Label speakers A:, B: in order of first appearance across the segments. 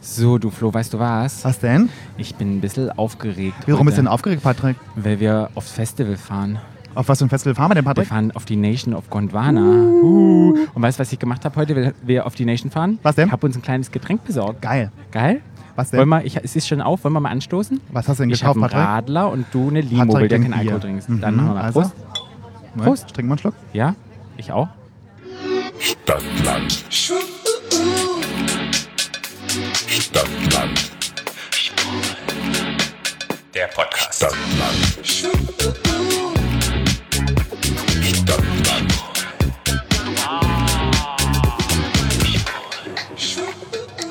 A: So, du Flo, weißt du was?
B: Was denn?
A: Ich bin ein bisschen aufgeregt.
B: Warum
A: heute,
B: bist du denn aufgeregt, Patrick?
A: Weil wir aufs Festival fahren.
B: Auf was für ein Festival fahren wir denn,
A: Wir
B: Patrick?
A: fahren auf die Nation of Gondwana. Uh. Und weißt du, was ich gemacht habe heute, wenn wir auf die Nation fahren?
B: Was denn?
A: Ich habe uns ein kleines Getränk besorgt.
B: Geil.
A: Geil?
B: Was denn?
A: Wollen wir, ich, es ist schon auf, wollen wir mal anstoßen?
B: Was hast du denn
A: Ich habe
B: gekauft,
A: einen
B: Patrick?
A: Radler und du eine Limo, weil du
B: trinkt
A: keinen Alkohol
B: Bier.
A: trinkst.
B: Mhm,
A: Dann machen wir mal.
B: also?
A: Prost.
B: Moment,
A: Prost.
B: Trinken wir einen Schluck?
A: Ja, ich auch.
C: Stadtland. Stadtland.
D: Der Podcast.
C: Stadtland. Stadtland.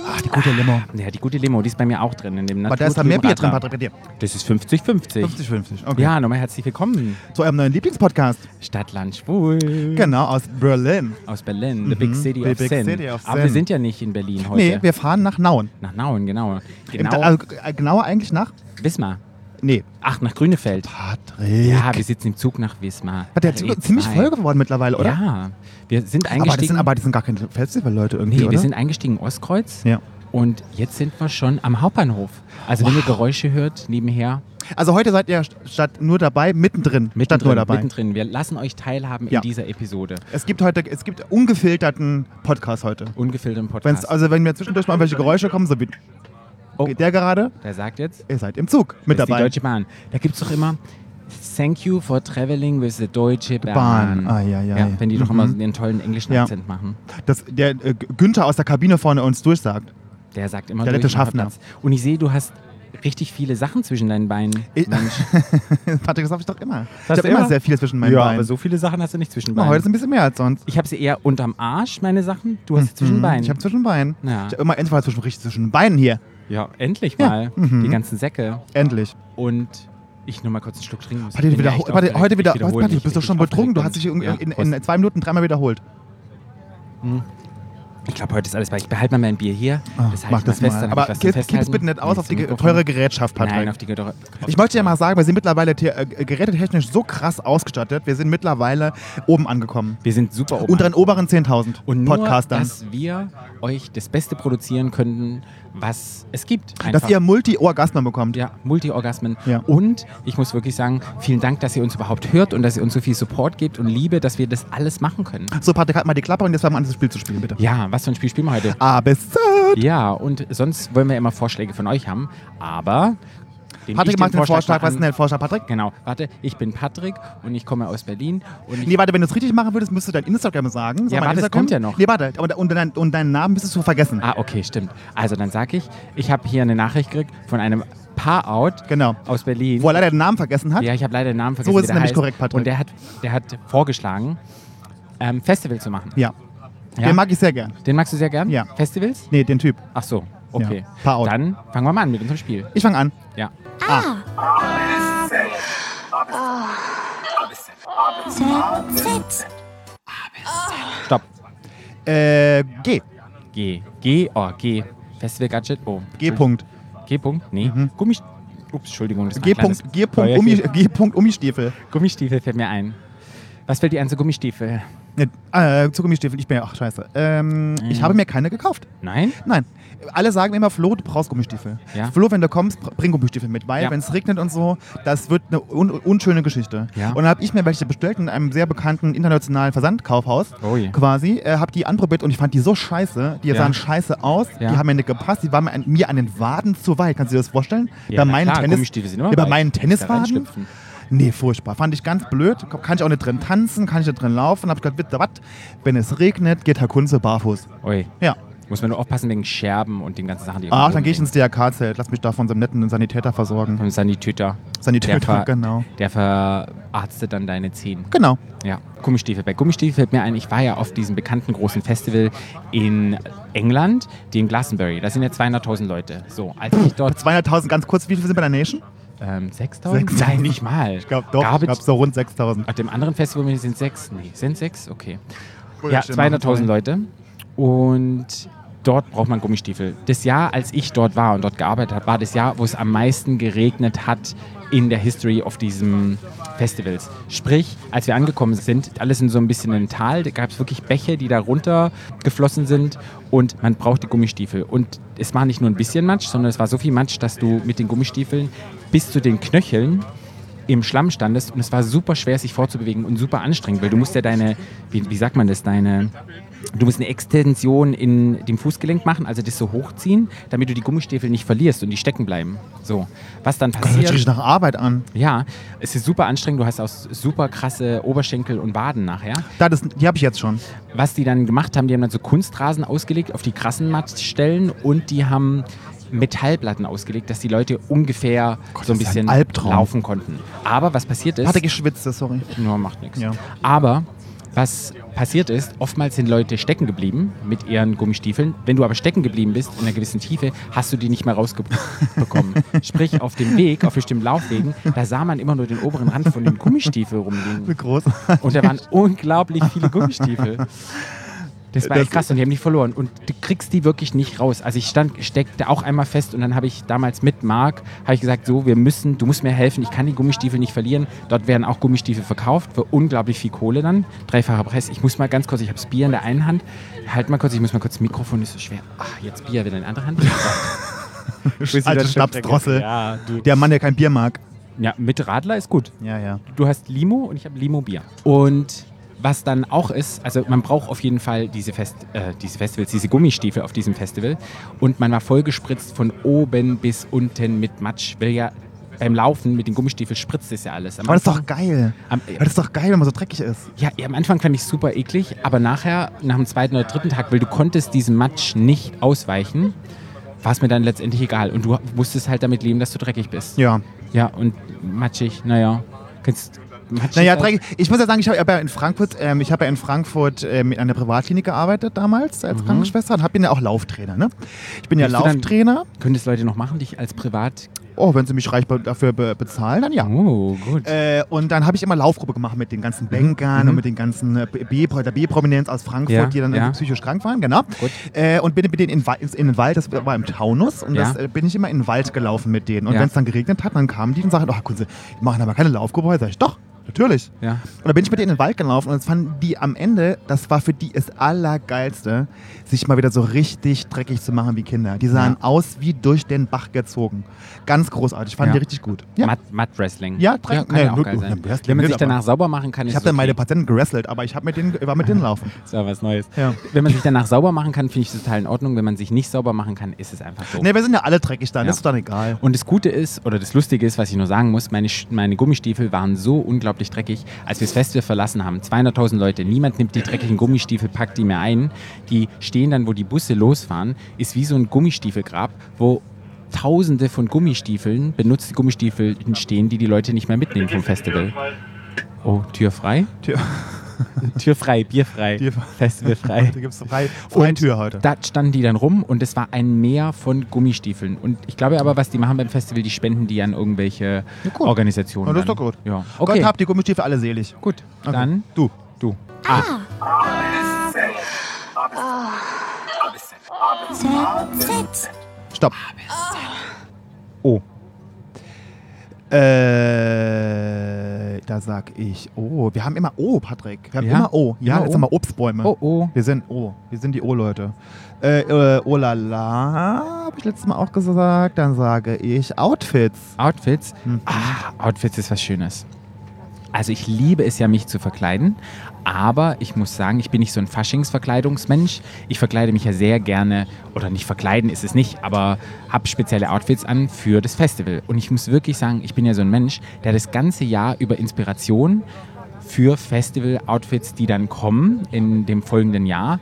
B: Ach, die gute Limo.
A: Ja, die gute Limo, die ist bei mir auch drin. In dem
B: Aber da ist da
A: naturtrüben
B: mehr Bier drin,
A: Radler.
B: Patrick, bei dir.
A: Das ist 50-50.
B: 50-50. Okay.
A: Ja, nochmal herzlich willkommen.
B: Zu eurem neuen Lieblingspodcast.
A: Stadtland Schwul.
B: Genau, aus Berlin.
A: Aus Berlin, the big city
B: Mhm. the
A: of
B: big
A: sin.
B: city of
A: Aber
B: sin.
A: wir sind ja nicht in Berlin heute.
B: Nee, wir fahren nach Nauen.
A: nach Nauen, genau.
B: Im
A: Genau,
B: Ta- also, äh, genauer eigentlich nach?
A: Wismar.
B: Nee.
A: Ach, nach Grünefeld.
B: Patrick.
A: Ja, wir sitzen im Zug nach Wismar.
B: Hat der Zug
A: Nach
B: ziemlich
A: E2.
B: voll geworden mittlerweile, oder?
A: Ja, wir sind
B: aber, das
A: eingestiegen.
B: sind, aber das sind gar keine Festivalleute irgendwie,
A: nee,
B: oder?
A: wir sind eingestiegen in Ostkreuz.
B: Ja.
A: Und jetzt sind wir schon am Hauptbahnhof. Also wenn ihr Geräusche hört nebenher,
B: also heute seid ihr st- statt nur dabei, mittendrin. statt nur
A: mittendrin,
B: dabei.
A: mittendrin. Wir lassen euch teilhaben
B: Ja.
A: in dieser Episode.
B: Es gibt heute, es gibt ungefilterten Podcast heute.
A: Ungefilterten
B: Wenn's,
A: Podcast.
B: also wenn mir zwischendurch mal irgendwelche Geräusche kommen, so wie
A: Oh.
B: der gerade,
A: Der sagt jetzt,
B: ihr seid im Zug mit
A: das ist die
B: dabei.
A: Deutsche Bahn. Da gibt es doch immer Thank you for traveling with the Deutsche Bahn.
B: Bahn. Ah, Ai, ai, ai.
A: Ja, wenn die doch
B: Mhm.
A: immer so den tollen englischen
B: Ja.
A: Akzent machen.
B: Dass der äh, G- Günther aus der Kabine vorne uns durchsagt.
A: Der sagt immer
B: Der
A: durch,
B: nette Schaffner.
A: Platz. Und ich sehe, du hast richtig viele Sachen zwischen deinen Beinen.
B: Ich-
A: Mensch.
B: Patrick, das habe ich doch immer.
A: hast
B: ich
A: du
B: habe immer
A: immer?
B: sehr viel zwischen meinen
A: ja, aber
B: Beinen.
A: so viele Sachen hast du nicht zwischen
B: Guck mal,
A: Beinen.
B: heute ist ein bisschen mehr als sonst.
A: ich habe sie eher unterm Arsch, meine Sachen. Du hast sie zwischen
B: Mhm,
A: Beinen.
B: Ich habe zwischen Beinen.
A: Ja.
B: Ich habe immer entweder zwischen, richtig zwischen den Beinen hier.
A: ja, endlich
B: Ja,
A: mal.
B: mhm.
A: Die ganzen Säcke.
B: Endlich.
A: Und ich nur mal kurz einen Schluck trinken muss. Ich
B: Patrick,
A: bin
B: wieder,
A: ja echt
B: Patrick,
A: aufgeregt.
B: heute wieder.
A: Ich
B: Was,
A: wiederhole
B: Patrick,
A: mich,
B: du bist doch
A: ich
B: schon
A: aufgeregt
B: betrunken. Du
A: bin.
B: hast dich in,
A: Ja,
B: in, in,
A: Prost.
B: in zwei Minuten dreimal wiederholt.
A: Ich glaube, heute ist alles bei. Ich behalte mal mein Bier hier.
B: Ah, Mach
A: das halte ich mal
B: das mal.
A: fest. dann hab
B: Aber
A: ich was zum
B: kipp es
A: Festhalten.
B: bitte nicht aus auf die
A: Nächstes
B: ge-
A: Mikrofon.
B: teure Gerätschaft, Patrick.
A: Nein, auf die Gedore.
B: Ich möchte ja mal sagen, wir sind mittlerweile the- äh, gerätetechnisch so krass ausgestattet. Wir sind mittlerweile oben angekommen.
A: Wir sind super oben.
B: Unter den oberen 10.000
A: und nur,
B: Podcastern. Dass,
A: dass wir euch das Beste produzieren könnten, was es gibt. Einfach.
B: ihr Multi-Orgasmen bekommt.
A: ja, Multi-Orgasmen.
B: Ja.
A: Und ich muss wirklich sagen, vielen Dank, dass ihr uns überhaupt hört und dass ihr uns so viel Support gebt und Liebe, dass wir das alles machen können.
B: So, Patrick, halt mal die Klappe und jetzt fangen wir an, das Spiel zu spielen, bitte.
A: Ja, was für ein Spiel spielen wir heute?
B: A bis Z.
A: Ja, und sonst wollen wir immer Vorschläge von euch haben, aber... den ich
B: Patrick macht den Vorschlag.
A: mal
B: Was ist
A: an-
B: denn der Vorschlag, Patrick?
A: Genau, warte, ich bin Patrick und ich komme aus Berlin und ich,
B: Nee, warte, wenn du es richtig machen würdest, müsstest du dein Instagram sagen. Sag
A: Ja,
B: mal,
A: warte, das
B: Instagram.
A: kommt ja noch.
B: Nee, warte, und, und, dein, und deinen Namen müsstest du vergessen.
A: Ah, okay, stimmt. Also dann sag ich, ich habe hier eine Nachricht gekriegt von einem Paar-Out
B: Genau.
A: aus Berlin.
B: Wo er leider den Namen vergessen hat.
A: Ja, ich habe leider den Namen vergessen.
B: So ist
A: wie
B: es
A: der
B: nämlich
A: heißt.
B: korrekt, Patrick.
A: Und der hat, der hat vorgeschlagen, ähm, Festival zu machen.
B: Ja.
A: Ja?
B: Den mag ich sehr gern.
A: Den magst du sehr gern?
B: Ja.
A: Festivals?
B: Nee, den Typ.
A: Ach so, okay.
B: Ja, Paar-Out.
A: Dann fangen wir mal an mit unserem Spiel.
B: Ich fange an.
A: Ja. Stopp.
B: Äh, G.
A: G. G. Oh, G. Festival Gadget. Oh.
B: G. Punkt. Mhm.
A: G. Punkt. Nee. Gummi. Ups, Entschuldigung. Das war ein
B: G.
A: kleines-
B: Punkt. G. Punkt. Ummi, G. Punkt. Ummistiefel.
A: Gummistiefel fällt mir ein. Was fällt dir ein zu Gummistiefel?
B: Nee, äh, zu Gummistiefeln. Ich bin ja, ach scheiße. Ähm, Ich habe mir keine gekauft.
A: Mhm. Nein?
B: Nein. Alle sagen mir immer, Flo, du brauchst Gummistiefel.
A: Ja.
B: Flo, wenn du kommst, br- bring Gummistiefel mit, weil
A: Ja.
B: wenn es regnet und so, das wird eine un unschöne Geschichte.
A: Ja.
B: Und dann habe ich mir welche bestellt in einem sehr bekannten internationalen Versandkaufhaus
A: Ui.
B: quasi, äh, habe die anprobiert und ich fand die so scheiße, die
A: Oh Ja.
B: sahen scheiße aus,
A: Ja.
B: die haben mir nicht gepasst, die waren mir an, mir an den Waden zu weit. Kannst du dir das vorstellen?
A: Ja, na
B: meinen
A: klar,
B: Tennis-
A: Gummistiefel sind immer
B: ja, bei
A: weit.
B: meinen
A: Da
B: Tenniswaden?
A: reinschlüpfen.
B: Nee, furchtbar. Fand ich ganz blöd. Kann ich auch nicht drin tanzen, kann ich nicht drin laufen. Hab ich gedacht, bitte, was? Wenn es regnet, geht Herr Kunze barfuß.
A: Ui.
B: Ja.
A: Muss man nur aufpassen wegen Scherben und den ganzen Sachen, die
B: Ach, dann gehe ich ins DRK-Zelt. Lass mich da von so einem netten Sanitäter versorgen.
A: Vom Sanitäter.
B: Sanitäter,
A: Der ver-
B: genau.
A: Der verarztet dann deine Zehen.
B: Genau.
A: Ja, Gummistiefel. Bei Gummistiefel fällt mir ein, ich war ja auf diesem bekannten großen Festival in England, dem Glastonbury. Da sind ja 200.000 Leute. So, als ich dort...
B: 200.000, ganz kurz, wie viel sind bei der Nation?
A: Ähm, 6.000?
B: 6.000?
A: Nein, nicht mal.
B: Ich glaube, doch, ich
A: Garbage-
B: glaube so rund 6.000.
A: Auf dem anderen Festival sind sechs. Nee, sind sechs? Okay.
B: Bullshit,
A: ja, 200.000 Leute. Und dort braucht man Gummistiefel. Das Jahr, als ich dort war und dort gearbeitet habe, war das Jahr, wo es am meisten geregnet hat in der History auf diesem Festivals. Sprich, als wir angekommen sind, alles in so ein bisschen im Tal, da gab es wirklich Bäche, die da runter geflossen sind und man brauchte Gummistiefel. Und es war nicht nur ein bisschen Matsch, sondern es war so viel Matsch, dass du mit den Gummistiefeln bis zu den Knöcheln im Schlamm standest und es war super schwer, sich vorzubewegen und super anstrengend, weil du musst ja deine, wie, wie sagt man das, deine, du musst eine Extension in dem Fußgelenk machen, also das so hochziehen, damit du die Gummistiefel nicht verlierst und die stecken bleiben. So, was dann
B: Das hört sich
A: passiert,
B: nach Arbeit an.
A: ja, es ist super anstrengend, du hast auch super krasse Oberschenkel und Waden nachher.
B: Da, das, die habe ich jetzt schon.
A: Was die dann gemacht haben, die haben dann so Kunstrasen ausgelegt auf die krassen Mattstellen und die haben Metallplatten ausgelegt, dass die Leute ungefähr so ein
B: das ist ein
A: bisschen
B: Albtraum.
A: laufen konnten. Aber was passiert ist...
B: Hat er geschwitzt, sorry.
A: Nur macht nichts.
B: Ja.
A: Aber was passiert ist, oftmals sind Leute stecken geblieben mit ihren Gummistiefeln. Wenn du aber stecken geblieben bist in einer gewissen Tiefe, hast du die nicht mehr rausbekommen. Sprich, auf dem Weg, auf bestimmten Laufwegen, da sah man immer nur den oberen Rand von den Gummistiefeln rumliegen.
B: Groß.
A: Und da waren unglaublich viele Gummistiefel. Das war
B: Das-
A: echt krass und die haben die verloren. Und du kriegst die wirklich nicht raus. Also ich stand, steckte auch einmal fest und dann habe ich damals mit Marc, habe ich gesagt, so, wir müssen, du musst mir helfen, ich kann die Gummistiefel nicht verlieren. Dort werden auch Gummistiefel verkauft für unglaublich viel Kohle dann. Dreifacher Preis. Ich muss mal ganz kurz, ich habe das Bier in der einen Hand. Halt mal kurz, ich muss mal kurz, das Mikrofon ist so schwer. Ach, jetzt Bier wieder in der anderen Hand.
B: Alte Schnapsdrossel.
A: Ja, du.
B: Der Mann, der kein Bier mag.
A: ja, mit Radler ist gut
B: Ja, ja.
A: du hast Limo und ich habe Limo-Bier. Und was dann auch ist, also man braucht auf jeden Fall diese, Fest, äh, diese Festivals, diese Gummistiefel auf diesem Festival. Und man war vollgespritzt von oben bis unten mit Matsch, weil ja beim Laufen mit den Gummistiefeln spritzt es ja alles. Am
B: Aber das ist
A: Anfang-
B: doch geil.
A: Am-
B: Aber das ist doch geil, wenn man so dreckig ist.
A: ja, am Anfang fand ich es super eklig, aber nachher, nach dem zweiten oder dritten Tag, weil du konntest diesem Matsch nicht ausweichen, war es mir dann letztendlich egal. Und du musstest halt damit leben, dass du dreckig bist.
B: Ja.
A: Ja, und matschig, naja. Kannst, matschig
B: Naja,
A: sein.
B: dreckig. Ich muss ja sagen, ich habe ja in Frankfurt, ähm, ich habe ja in Frankfurt ähm, in einer Privatklinik gearbeitet damals als Krankenschwester und habe ja auch Lauftrainer. Ne? Ich bin ja
A: Mhm. Bist du dann-
B: Lauftrainer.
A: Können das Leute noch machen, dich als Privat?
B: Oh, wenn sie mich reich be dafür be bezahlen, dann ja.
A: Oh, gut. Mhm.
B: Äh, und dann habe ich immer Laufgruppe gemacht mit den ganzen Bankern und mit den ganzen äh, B -Pro- der B-Prominenz aus Frankfurt,
A: Ja,
B: die dann irgendwie
A: ja.
B: psychisch krank waren, genau.
A: Gut.
B: Äh, und bin mit denen in, Wa- in den Wald, das war im Taunus, und
A: Ja.
B: das äh, bin ich immer in den Wald gelaufen mit denen. Und
A: Ja.
B: wenn es dann geregnet hat, dann kamen die und sagten, oh, Kunze, wir machen aber keine Laufgruppe heute. Sag ich, doch, natürlich.
A: ja.
B: Und da bin ich mit denen in den Wald gelaufen und das fanden die am Ende, das war für die das Allergeilste, sich mal wieder so richtig dreckig zu machen wie Kinder. Die sahen
A: Ja.
B: aus wie durch den Bach gezogen. Ganz großartig, fanden
A: Ja.
B: die richtig gut. Ja.
A: Mud, Mud Wrestling.
B: Ja,
A: kann
B: nee,
A: ja auch
B: nur-
A: geil sein.
B: nur Wrestling
A: Wenn man
B: geht
A: sich danach
B: aber.
A: sauber machen kann,
B: Ich
A: ist
B: habe dann
A: okay.
B: meine Patienten gerasselt, aber ich hab mit denen, war mit denen laufen.
A: Das war was Neues.
B: Ja.
A: Wenn man sich danach sauber machen kann, finde ich es total in Ordnung. Wenn man sich nicht sauber machen kann, ist es einfach so.
B: Ne, wir sind ja alle dreckig dann,
A: Ja.
B: ist doch dann egal.
A: Und das Gute ist, oder das Lustige ist, was ich nur sagen muss, meine, Sch- meine Gummistiefel waren so unglaublich dreckig, als wir das Festival verlassen haben. 200.000 Leute, niemand nimmt die dreckigen Gummistiefel, packt die mehr ein. Die stehen dann, wo die Busse losfahren, ist wie so ein Gummistiefelgrab, wo tausende von Gummistiefeln, benutzte Gummistiefel stehen, die die Leute nicht mehr mitnehmen vom Festival. Oh, Tür frei?
B: Tür-
A: Tür frei, Bier frei,
B: Bier frei.
A: Festival frei.
B: Da gibt's frei, freie
A: Und
B: Tür heute.
A: Da standen die dann rum und es war ein Meer von Gummistiefeln. Und ich glaube aber, was die machen beim Festival, die spenden die an irgendwelche
B: Ja, cool.
A: Organisationen.
B: Na, das ist
A: dann.
B: doch gut.
A: Ja.
B: Gott
A: Okay,
B: hab die Gummistiefel alle selig.
A: gut.
B: Okay.
A: Dann
B: Du.
A: du. Ah.
B: Stopp. Ah,
A: Oh.
B: Äh, da sag ich, oh, wir haben immer O, Patrick. Wir haben
A: Ja?
B: immer O. Ja,
A: Immer
B: jetzt
A: O?
B: haben wir Obstbäume.
A: Oh, oh.
B: Wir sind O. Wir sind die O-Leute. Äh, äh, oh la la, hab ich letztes Mal auch gesagt. Dann sage ich Outfits.
A: Outfits. Ah, Outfits ist was Schönes. Also ich liebe es ja, mich zu verkleiden, aber ich muss sagen, ich bin nicht so ein Faschingsverkleidungsmensch. Ich verkleide mich ja sehr gerne, oder nicht verkleiden ist es nicht, aber habe spezielle Outfits an für das Festival. Und ich muss wirklich sagen, ich bin ja so ein Mensch, der das ganze Jahr über Inspiration für Festival-Outfits, die dann kommen in dem folgenden Jahr,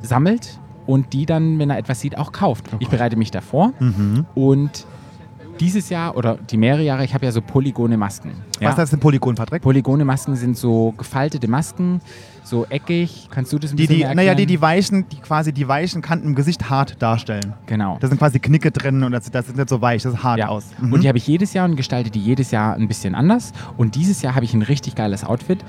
A: sammelt und die dann, wenn er etwas sieht, auch kauft. Ich bereite mich davor
B: Mhm.
A: und dieses Jahr oder die mehrere Jahre, ich habe ja so polygone Masken. Ja.
B: Was heißt denn Polygon, Patrick?
A: Polygone Masken sind so gefaltete Masken, so eckig. Kannst du das ein
B: Die,
A: bisschen
B: die,
A: mehr
B: naja, die,
A: erklären?
B: die weichen, die quasi die weichen Kanten im Gesicht hart darstellen.
A: Genau.
B: Da sind quasi Knicke drin und das, das ist nicht so weich, das ist hart
A: ja.
B: aus. Mhm.
A: Und die habe ich jedes Jahr und gestalte die jedes Jahr ein bisschen anders. Und dieses Jahr habe ich ein richtig geiles Outfit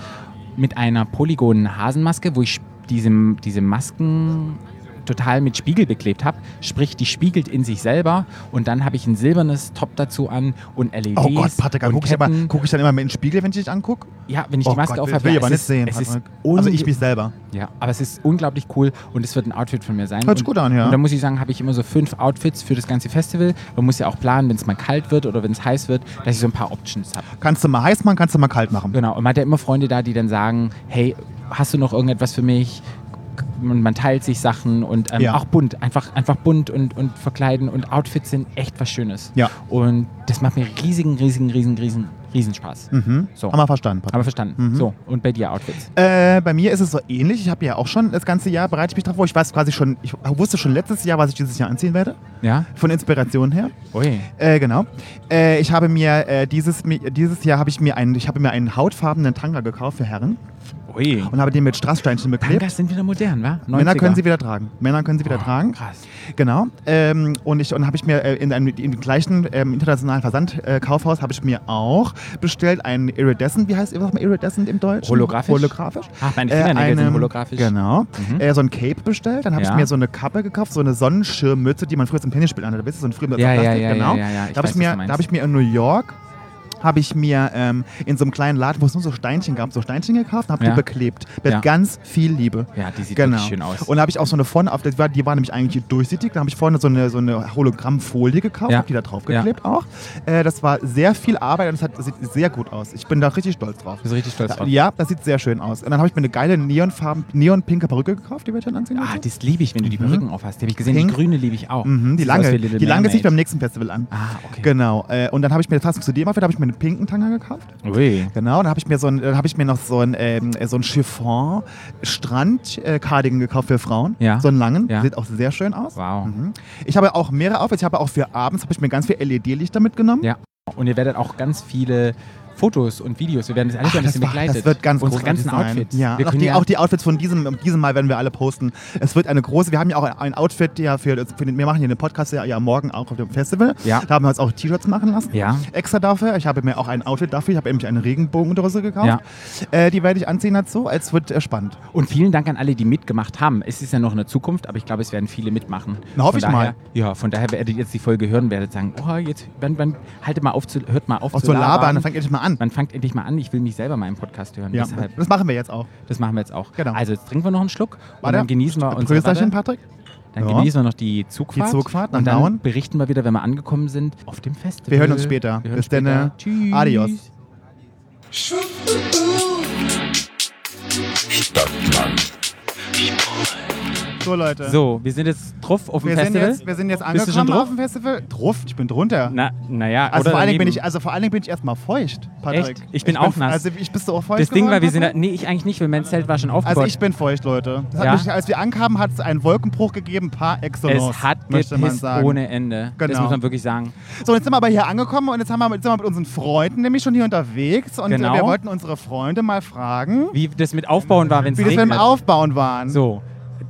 A: mit einer polygonen Hasenmaske, wo ich diese, diese Masken total mit Spiegel beklebt habe. Sprich, die spiegelt in sich selber und dann habe ich ein silbernes Top dazu an und LEDs.
B: Oh Gott, Patrick,
A: und
B: gucke ich, aber-
A: Ketten.
B: guck ich dann immer mit in den Spiegel, wenn ich dich angucke?
A: Ja, wenn ich
B: Oh
A: die Maske
B: Gott,
A: auf
B: will-
A: habe,
B: will ich
A: ja,
B: aber
A: es
B: nicht
A: ist-
B: sehen,
A: Es ist
B: Patrick. Also ich
A: unge-
B: mich selber.
A: ja, aber es ist unglaublich cool und es wird ein Outfit von mir sein.
B: Hört sich
A: und,
B: gut an, ja.
A: Und da muss ich sagen, habe ich immer so fünf Outfits für das ganze Festival. Man muss ja auch planen, wenn es mal kalt wird oder wenn es heiß wird, dass ich so ein paar Options habe.
B: Kannst du mal heiß machen, kannst du mal kalt machen.
A: Genau, und man hat ja immer Freunde da, die dann sagen, hey, hast du noch irgendetwas für mich? Und man teilt sich Sachen und ähm,
B: Ja.
A: auch bunt, einfach, einfach bunt und, und verkleiden und Outfits sind echt was Schönes.
B: Ja.
A: Und das macht mir riesigen, riesigen, riesigen, riesen, riesen Spaß.
B: Mhm.
A: So.
B: Haben wir verstanden, Patrick. Mhm.
A: Aber verstanden. So, und bei dir Outfits.
B: Äh, bei mir ist es so ähnlich. Ich habe ja auch schon das ganze Jahr bereite ich mich drauf vor. Ich weiß quasi schon, ich wusste schon letztes Jahr, was ich dieses Jahr anziehen werde.
A: Ja?
B: Von Inspiration her.
A: Ui.
B: Äh, genau. Äh, ich habe mir äh, dieses, mi- dieses Jahr habe ich mir einen, ich habe mir einen hautfarbenen Tanga gekauft für Herren
A: Ui.
B: und habe den mit Strasssteinchen beklebt.
A: Tangas sind wieder modern, wa? 90er.
B: Männer können sie wieder tragen. Männer können sie wieder tragen.
A: Oh, Krass.
B: Genau. Ähm, und ich und habe ich mir äh, in einem in dem gleichen ähm, internationalen Versandkaufhaus äh, Kaufhaus habe ich mir auch bestellt einen Iridescent, wie heißt das mal Iridescent im Deutschen?
A: Holographisch?
B: Holographisch. Äh,
A: Ach, meine Fingernägel sind
B: einem-
A: holographisch. Mhm.
B: Genau. Äh, so ein Cape bestellt, dann habe
A: Ja.
B: ich mir so eine Kappe gekauft, so eine Sonnenschirmmütze, die man früher zum Tennisspielen anhatte, weißt du, so ein früher
A: Ja, ja,
B: Plastik,
A: ja,
B: genau.
A: ja, ja, ja. Ich
B: Da habe ich
A: weiß, was
B: mir
A: du
B: da habe ich mir in New York habe ich mir ähm, in so einem kleinen Laden, wo es nur so Steinchen gab, so Steinchen gekauft und habe
A: Ja.
B: die beklebt. Mit
A: Ja.
B: ganz viel Liebe.
A: Ja, die sieht wirklich schön aus.
B: Genau. Und da habe ich auch so eine vorne auf, das war, die war nämlich eigentlich durchsichtig, da habe ich vorne so eine, so eine Hologrammfolie gekauft,
A: Ja.
B: hab die da draufgeklebt auch. Äh, das war sehr viel Arbeit und es hat- das sieht sehr gut aus. Ich bin da richtig stolz drauf.
A: Bist du richtig stolz drauf?
B: Ja, das sieht sehr schön aus. Und dann habe ich mir eine geile neonfarben, neonpinke Perücke gekauft, die wir dann anziehen.
A: Ah,
B: und so. Mhm.
A: das liebe ich, wenn du die Perücken aufhast. Die habe ich gesehen.
B: Pink.
A: Die grüne liebe ich auch.
B: mhm, die
A: Sieht aus
B: lange,
A: wie Little
B: die lange ziehe ich beim
A: Mermaid.
B: nächsten Festival an.
A: Ah, okay.
B: Genau. Äh, und dann habe ich mir fast zu dem Outfit habe ich mir einen pinken Tanga gekauft.
A: Ui.
B: Genau, dann habe ich mir so ein, dann habe ich mir noch so ein, ähm, so ein Chiffon Strand äh, Cardigan gekauft für Frauen.
A: Ja.
B: So einen langen,
A: Ja.
B: sieht auch sehr schön aus.
A: Wow.
B: Mhm. Ich habe auch mehrere Outfits. Ich habe auch für abends habe ich mir ganz viel LED-Lichter mitgenommen.
A: Ja. Und ihr werdet auch ganz viele Fotos und Videos, wir werden das alles ein bisschen
B: war-
A: begleitet.
B: das wird ganz
A: Unsere
B: großartig
A: ganzen
B: sein.
A: Outfits.
B: Ja,
A: wir
B: auch
A: können
B: die,
A: ja
B: auch die Outfits von diesem, diesem Mal werden wir alle posten. Es wird eine große, wir haben ja auch ein Outfit, ja, für, für den, wir machen hier den Podcast ja, ja morgen auch auf dem Festival.
A: Ja.
B: Da haben wir uns auch T-Shirts machen lassen.
A: Ja.
B: Extra dafür. Ich habe mir auch ein Outfit dafür. Ich habe nämlich eine Regenbogendrüse gekauft.
A: Ja.
B: Äh, die werde ich anziehen dazu. Es wird äh, spannend.
A: Und vielen Dank an alle, die mitgemacht haben. Es ist ja noch in der Zukunft, aber ich glaube, es werden viele mitmachen.
B: Na, hoffe
A: Von
B: ich
A: daher,
B: mal.
A: Ja, von daher werdet ihr jetzt die Folge hören, werdet sagen, oh, jetzt, wenn, wenn, haltet mal auf, zu, hört mal auf
B: Auch zu labern, dann fangt endlich mal an.
A: Man fängt endlich mal an, ich will mich selber mal im Podcast hören.
B: Ja,
A: Deshalb,
B: das machen wir jetzt auch.
A: das machen wir jetzt auch.
B: Genau.
A: Also jetzt trinken wir noch einen Schluck und
B: Warte.
A: dann genießen wir unsere,
B: Prösterchen,
A: warte,
B: Patrick.
A: dann
B: Ja.
A: genießen wir noch die Zugfahrt.
B: Die Zugfahrt nach
A: und dann
B: Nauen.
A: berichten wir wieder, wenn wir angekommen sind, auf dem Festival.
B: Wir hören uns später.
A: Wir hören
B: Bis
A: später.
B: denne.
A: Tschüss.
B: Adios.
C: Stadtland
B: So, Leute.
A: So, wir sind jetzt drauf auf dem
B: Wir sind,
A: Festival.
B: jetzt, wir sind jetzt
A: Bist du schon
B: angekommen auf
A: drauf?
B: dem Festival. Druff, ich bin drunter.
A: Na, naja,
B: Also
A: oder
B: vor, allen Dingen bin
A: daneben.
B: ich, also vor allen Dingen bin ich erstmal feucht, Patrick.
A: Echt? Ich bin auch nass.
B: Also ich bist du auch feucht
A: Das Ding
B: geworden,
A: war, wir sind da,
B: Patrick?
A: nee, ich eigentlich nicht, weil mein Zelt war schon aufgebaut.
B: Also ich bin feucht, Leute. Das
A: Ja?
B: hat mich, als wir ankamen, hat es einen Wolkenbruch gegeben, par excellence,
A: es hat
B: möchte man
A: gepisst
B: sagen.
A: ohne Ende. Das
B: Genau.
A: muss man wirklich sagen.
B: So, jetzt sind wir aber hier angekommen und jetzt, haben wir, jetzt sind wir mit unseren Freunden nämlich schon hier unterwegs und äh,
A: Genau.
B: wir wollten unsere Freunde mal fragen,
A: Wie das mit Aufbauen war, wenn es
B: wie das mit
A: regnet.
B: dem Aufbauen waren.
A: so,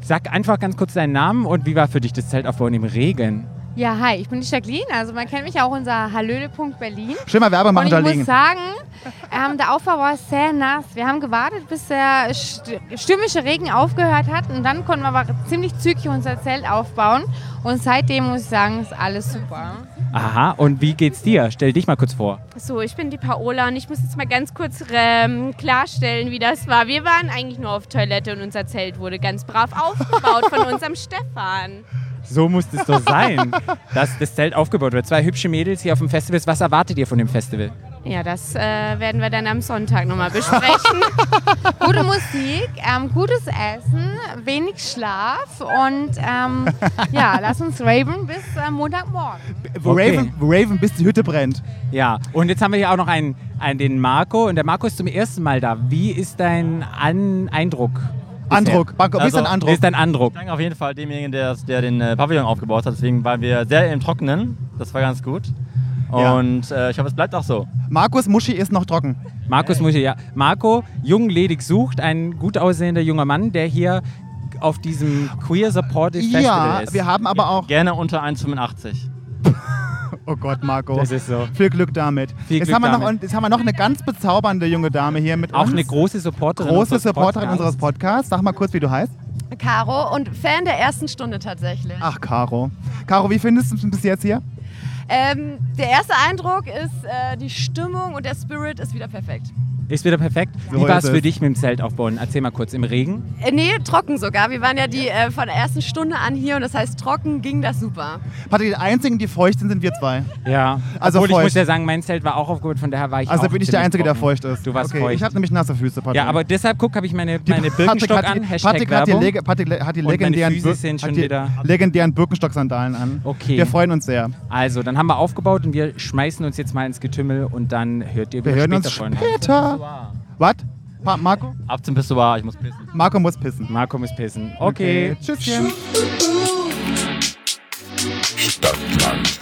A: sag einfach ganz kurz deinen Namen und wie war für dich das Zeltaufbauen im Regen?
D: Ja, hi, ich bin die Jacqueline. Also man kennt mich ja auch unter Hallöle.berlin.
B: Schön mal Werbung
D: Und
B: machen,
D: ich
B: Darlene.
D: muss sagen, ähm, der Aufbau war sehr nass. Wir haben gewartet, bis der st- stürmische Regen aufgehört hat. Und dann konnten wir aber ziemlich zügig unser Zelt aufbauen. Und seitdem muss ich sagen, ist alles super.
A: Aha, und wie geht's dir? Stell dich mal kurz vor.
E: So, ich bin die Paola und ich muss jetzt mal ganz kurz ähm, klarstellen, wie das war. Wir waren eigentlich nur auf Toilette und unser Zelt wurde ganz brav aufgebaut von unserem Stefan.
A: So muss es doch sein, dass das Zelt aufgebaut wird. Zwei hübsche Mädels hier auf dem Festival. Was erwartet ihr von dem Festival?
E: Ja, das äh, werden wir dann am Sonntag nochmal besprechen.
D: Gute Musik, ähm, gutes Essen, wenig Schlaf. Und ähm, ja, lass uns raven bis äh, Montagmorgen.
A: Okay.
B: Raven, Raven, bis die Hütte brennt.
A: Ja, und jetzt haben wir hier auch noch einen, einen den Marco. Und der Marco ist zum ersten Mal da. Wie ist dein An Eindruck? bisher?
B: Andruck, Banko, wie ist
F: Also,
B: dein
A: Wie
B: Andruck?
A: ist dein Eindruck?
F: Danke auf jeden Fall demjenigen, der, der den äh, Pavillon aufgebaut hat. Deswegen waren wir sehr im Trockenen. Das war ganz gut.
B: Ja.
F: Und äh, ich hoffe, es bleibt auch so.
B: Markus Muschi ist noch trocken.
A: Markus Musche, ja. Marco, jung ledig sucht, ein gut aussehender junger Mann, der hier auf diesem Queer Supportive
B: Ja,
A: Festival ist.
B: wir haben aber auch.
F: Gerne unter 1,85.
B: Oh Gott, Marco.
A: Das ist so.
B: Viel Glück damit.
A: Viel
B: jetzt,
A: Glück
B: haben wir Noch,
A: damit.
B: und jetzt haben wir noch eine ganz bezaubernde junge Dame hier mit
A: Auch
B: uns.
A: eine große Supporterin.
B: große
A: unseres
B: Supporterin
A: Podcasts.
B: unseres Podcasts. Sag mal kurz, wie du heißt.
G: Caro und Fan der ersten Stunde tatsächlich.
B: Ach, Caro. Caro, wie findest du es bis jetzt hier?
G: Ähm, der erste Eindruck ist, äh, die Stimmung und der Spirit ist wieder perfekt.
A: Ist wieder perfekt.
B: So
A: Wie war
B: ist
A: es für
B: es.
A: dich mit dem Zelt aufbauen? Erzähl mal kurz im Regen.
G: Äh, nee, trocken sogar. Wir waren ja die äh, von der ersten Stunde an hier und das heißt, trocken ging das super.
B: Patrick, die einzigen, die feucht sind, sind wir zwei.
A: Ja.
B: Also
A: Obwohl, ich
B: feucht.
A: muss ja sagen, mein Zelt war auch aufgehoben, von daher war ich
B: Also
A: auch
B: bin ich der
A: ziemlich
B: Einzige, der
A: trocken.
B: feucht ist.
A: Du warst
B: okay.
A: feucht.
B: Ich habe nämlich nasse Füße, Patrick.
A: ja, aber deshalb, guck, habe ich meine, meine Birkenstock
B: hat,
A: an.
B: die-
A: Hashtag
B: Patrick, hat die,
A: Werbung.
B: Leg- Patrick le- hat die
A: Und meine
B: legendären,
A: Füße
B: Bir-
A: sind schon
B: hat die
A: wieder-
B: legendären Birkenstock-Sandalen an.
A: Okay.
B: Wir freuen uns sehr.
A: Also, dann haben wir aufgebaut und wir schmeißen uns jetzt mal ins Getümmel und dann hört ihr
B: Wir
A: wieder
B: hören
A: später
B: uns
A: von.
B: später. Was? Pa Marco?
F: Ab zum Pissoir, ich muss pissen.
B: Marco muss pissen.
A: Marco muss pissen. Okay.
B: Tschüsschen.
C: Stadtland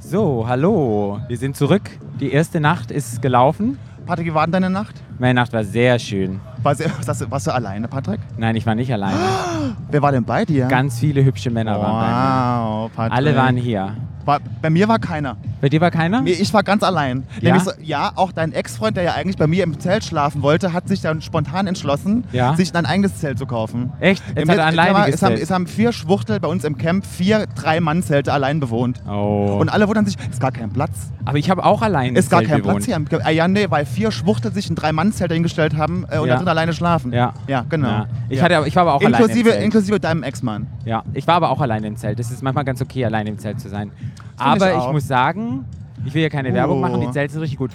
A: So, hallo. Wir sind zurück. Die erste Nacht ist gelaufen.
B: Patrick, wie war denn deine Nacht?
A: Meine Nacht war sehr schön.
B: Warst du, warst du, warst du alleine, Patrick?
A: Nein, ich war nicht alleine.
B: Wer war denn bei dir?
A: Ganz viele hübsche Männer waren
B: wow,
A: bei mir.
B: Patrick.
A: Alle waren hier.
B: War, bei mir war keiner.
A: Bei dir war keiner?
B: Nee, ich war ganz allein.
A: Ja?
B: Nämlich so, ja, auch dein Ex-Freund, der ja eigentlich bei mir im Zelt schlafen wollte, hat sich dann spontan entschlossen,
A: Ja?
B: sich ein eigenes Zelt zu kaufen.
A: Echt? Jetzt hat er
B: Im-
A: alleine
B: es, haben,
A: gestellt.
B: es haben vier Schwuchtel bei uns im Camp vier Drei-Mann-Zelte allein bewohnt.
A: Oh.
B: Und alle wundern sich, ist gar kein Platz.
A: Aber ich habe auch alleine
B: Ist gar
A: im
B: kein
A: Zelt
B: Platz
A: gewohnt.
B: hier. im Camp. Ah, ja, nee, weil vier Schwuchtel sich ein Drei-Mann-Zelt hingestellt haben äh, und
A: Ja.
B: da drin alleine schlafen.
A: Ja.
B: Ja, genau.
A: Ja. Ich,
B: Ja.
A: hatte, aber- ich war aber auch
B: inklusive,
A: alleine im Zelt.
B: inklusive deinem Ex-Mann.
A: Ja, ich war aber auch alleine im Zelt. Es ist manchmal ganz okay, alleine im Zelt zu sein.
B: ich
A: Aber ich,
B: auch.
A: muss sagen, ich will ja keine
B: Oh.
A: Werbung machen, die Zelte sind richtig gut.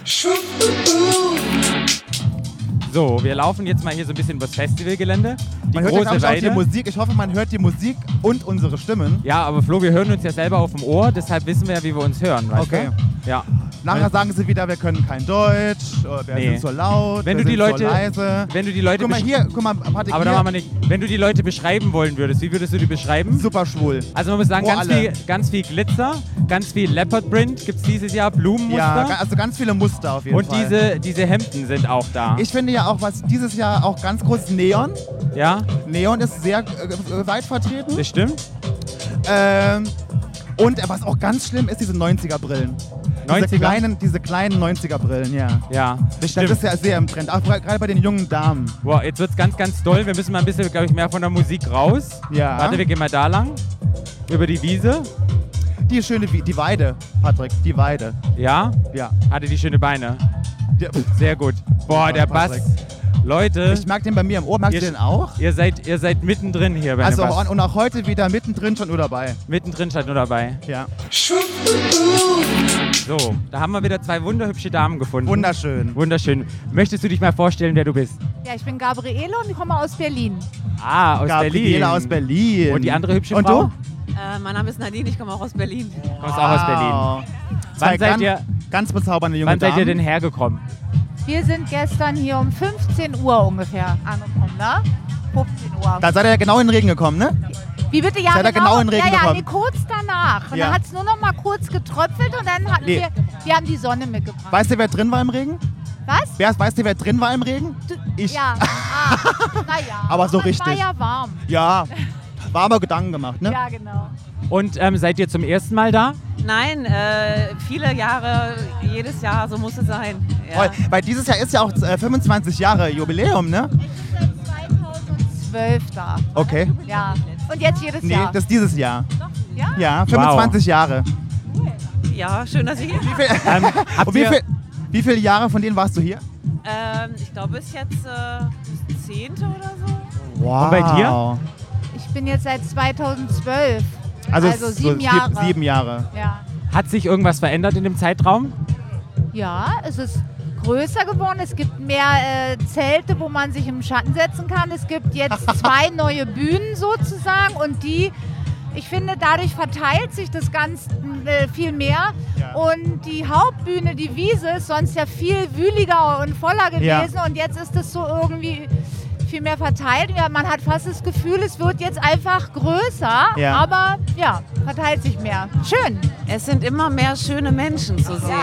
A: So, wir laufen jetzt mal hier so ein bisschen übers Festivalgelände. Die
B: Man hört ja, glaub
A: große
B: ich, auch die
A: Weide.
B: Musik. Ich hoffe, man hört die Musik und unsere Stimmen.
A: Ja, aber Flo, wir hören uns ja selber auf dem Ohr, deshalb wissen wir ja, wie wir uns hören. Weißt
B: Okay.
A: Du? Ja.
B: Nachher sagen sie wieder, wir können kein Deutsch, oder wir
A: Nee.
B: sind so laut,
A: Wenn
B: wir
A: du die
B: sind
A: Leute-
B: so leise.
A: Wenn du die Leute
B: guck mal
A: besch-
B: hier, guck mal, Patrick,
A: Aber da
B: hier,
A: machen wir nicht. Wenn du die Leute beschreiben wollen würdest, wie würdest du die beschreiben?
B: super schwul.
A: Also man muss sagen,
B: Oh,
A: ganz
B: alle.
A: viel, ganz viel Glitzer, ganz viel Leopard Print gibt es dieses Jahr,
B: Ja,
A: Blumenmuster.
B: ga- also ganz viele Muster auf jeden
A: und
B: Fall.
A: diese, diese Hemden sind auch da.
B: Ich finde ja auch, was dieses Jahr auch ganz groß Neon.
A: ja,
B: Neon ist sehr äh, weit vertreten.
A: das stimmt.
B: Ähm, und äh, was auch ganz schlimm ist, diese 90er-Brillen.
A: 90er?
B: Diese kleinen, diese kleinen 90er-Brillen, ja.
A: Ja, das
B: Das
A: stimmt.
B: ist ja sehr im Trend, auch gerade bei den jungen Damen.
A: Wow, jetzt wird's ganz, ganz doll. Wir müssen mal ein bisschen, glaube ich, mehr von der Musik raus.
B: Ja.
A: Warte, wir gehen mal da lang. Über die Wiese.
B: Die schöne, Wie- die Weide, Patrick, die Weide.
A: Ja,
B: Ja.
A: hatte die schöne Beine.
B: Der,
A: Sehr gut. Boah, der Bass. Leute,
B: ich merke den bei mir im Ohr, merkst du
A: Ihr-
B: den auch?
A: ihr seid, ihr seid mittendrin hier bei
B: Also
A: dem Bass.
B: und auch heute wieder mittendrin schon nur dabei.
A: Mittendrin seid nur dabei.
B: Ja.
A: So, da haben wir wieder zwei wunderhübsche Damen gefunden.
B: Wunderschön.
A: Wunderschön. Möchtest du dich mal vorstellen, wer du bist?
H: Ja, ich bin Gabriele und ich komme aus Berlin.
A: Ah, aus Berlin.
B: Gabriela aus Berlin.
A: Und die andere hübsche
B: Und
A: Frau?
B: du?
G: Äh, mein Name ist Nadine, ich komme auch aus Berlin.
A: Kommst auch aus Berlin.
B: Wow. Ah. Zwei
A: seid
B: ganz,
A: ihr-
B: ganz bezaubernde junge
A: Wann seid ihr
B: Damen.
A: denn hergekommen?
H: Wir sind gestern hier um 15 Uhr ungefähr angekommen, ne? 15 Uhr.
B: Da seid ihr ja genau in den Regen gekommen, ne?
H: Wie bitte? Ja,
B: seid ihr genau in den Regen
H: ja, ja,
B: gekommen?
H: nee, kurz danach. Und
B: Ja.
H: dann hat es nur noch mal kurz getröpfelt und dann hatten
B: Nee.
H: wir, wir haben die Sonne mitgebracht.
B: Weißt du, wer drin war im Regen?
H: Was?
B: Wer, weißt du, wer drin war im Regen?
H: Du-
B: Ich.
H: Ja. Ah, naja.
B: Aber so
H: Es war
B: richtig.
H: ja warm.
B: Ja. War aber Gedanken gemacht, ne?
H: Ja, genau.
A: Und ähm, seid ihr zum ersten Mal da?
G: Nein, äh, viele Jahre, jedes Jahr, so muss es sein.
B: Toll. Weil dieses Jahr ist ja auch äh, 25 Jahre Jubiläum, ne?
H: Ich bin seit 2012 da.
B: Okay.
H: Ja. Und jetzt jedes
B: Nee,
H: Jahr.
B: das ist dieses Jahr.
H: Ja?
B: Ja, 25 Jahre.
G: Ja, schön, dass ich hier
B: Wie viel,
A: Ähm, habt
B: und wie,
A: ihr-
B: viel, wie viele Jahre von denen warst du hier?
G: Ähm, ich glaube, es ist jetzt äh, das zehnte oder so.
B: Wow.
A: bei dir?
H: Ich bin jetzt seit 2012.
B: Also,
H: Also
B: es-
H: sieben
B: sieb-
H: Jahre.
B: Sieben Jahre.
H: Ja.
A: Hat sich irgendwas verändert in dem Zeitraum?
H: Ja, es ist größer geworden. Es gibt mehr äh, Zelte, wo man sich im Schatten setzen kann. Es gibt jetzt zwei neue Bühnen sozusagen und die, ich finde, dadurch verteilt sich das Ganze äh, viel mehr.
B: Ja.
H: Und die Hauptbühne, die Wiese, ist sonst ja viel wühliger und voller
B: Ja.
H: gewesen und jetzt ist es so irgendwie viel mehr verteilt. Ja, man hat fast das Gefühl, es wird jetzt einfach größer,
B: Ja.
H: aber ja, verteilt sich mehr. Schön.
G: Es sind immer mehr schöne Menschen zu sehen.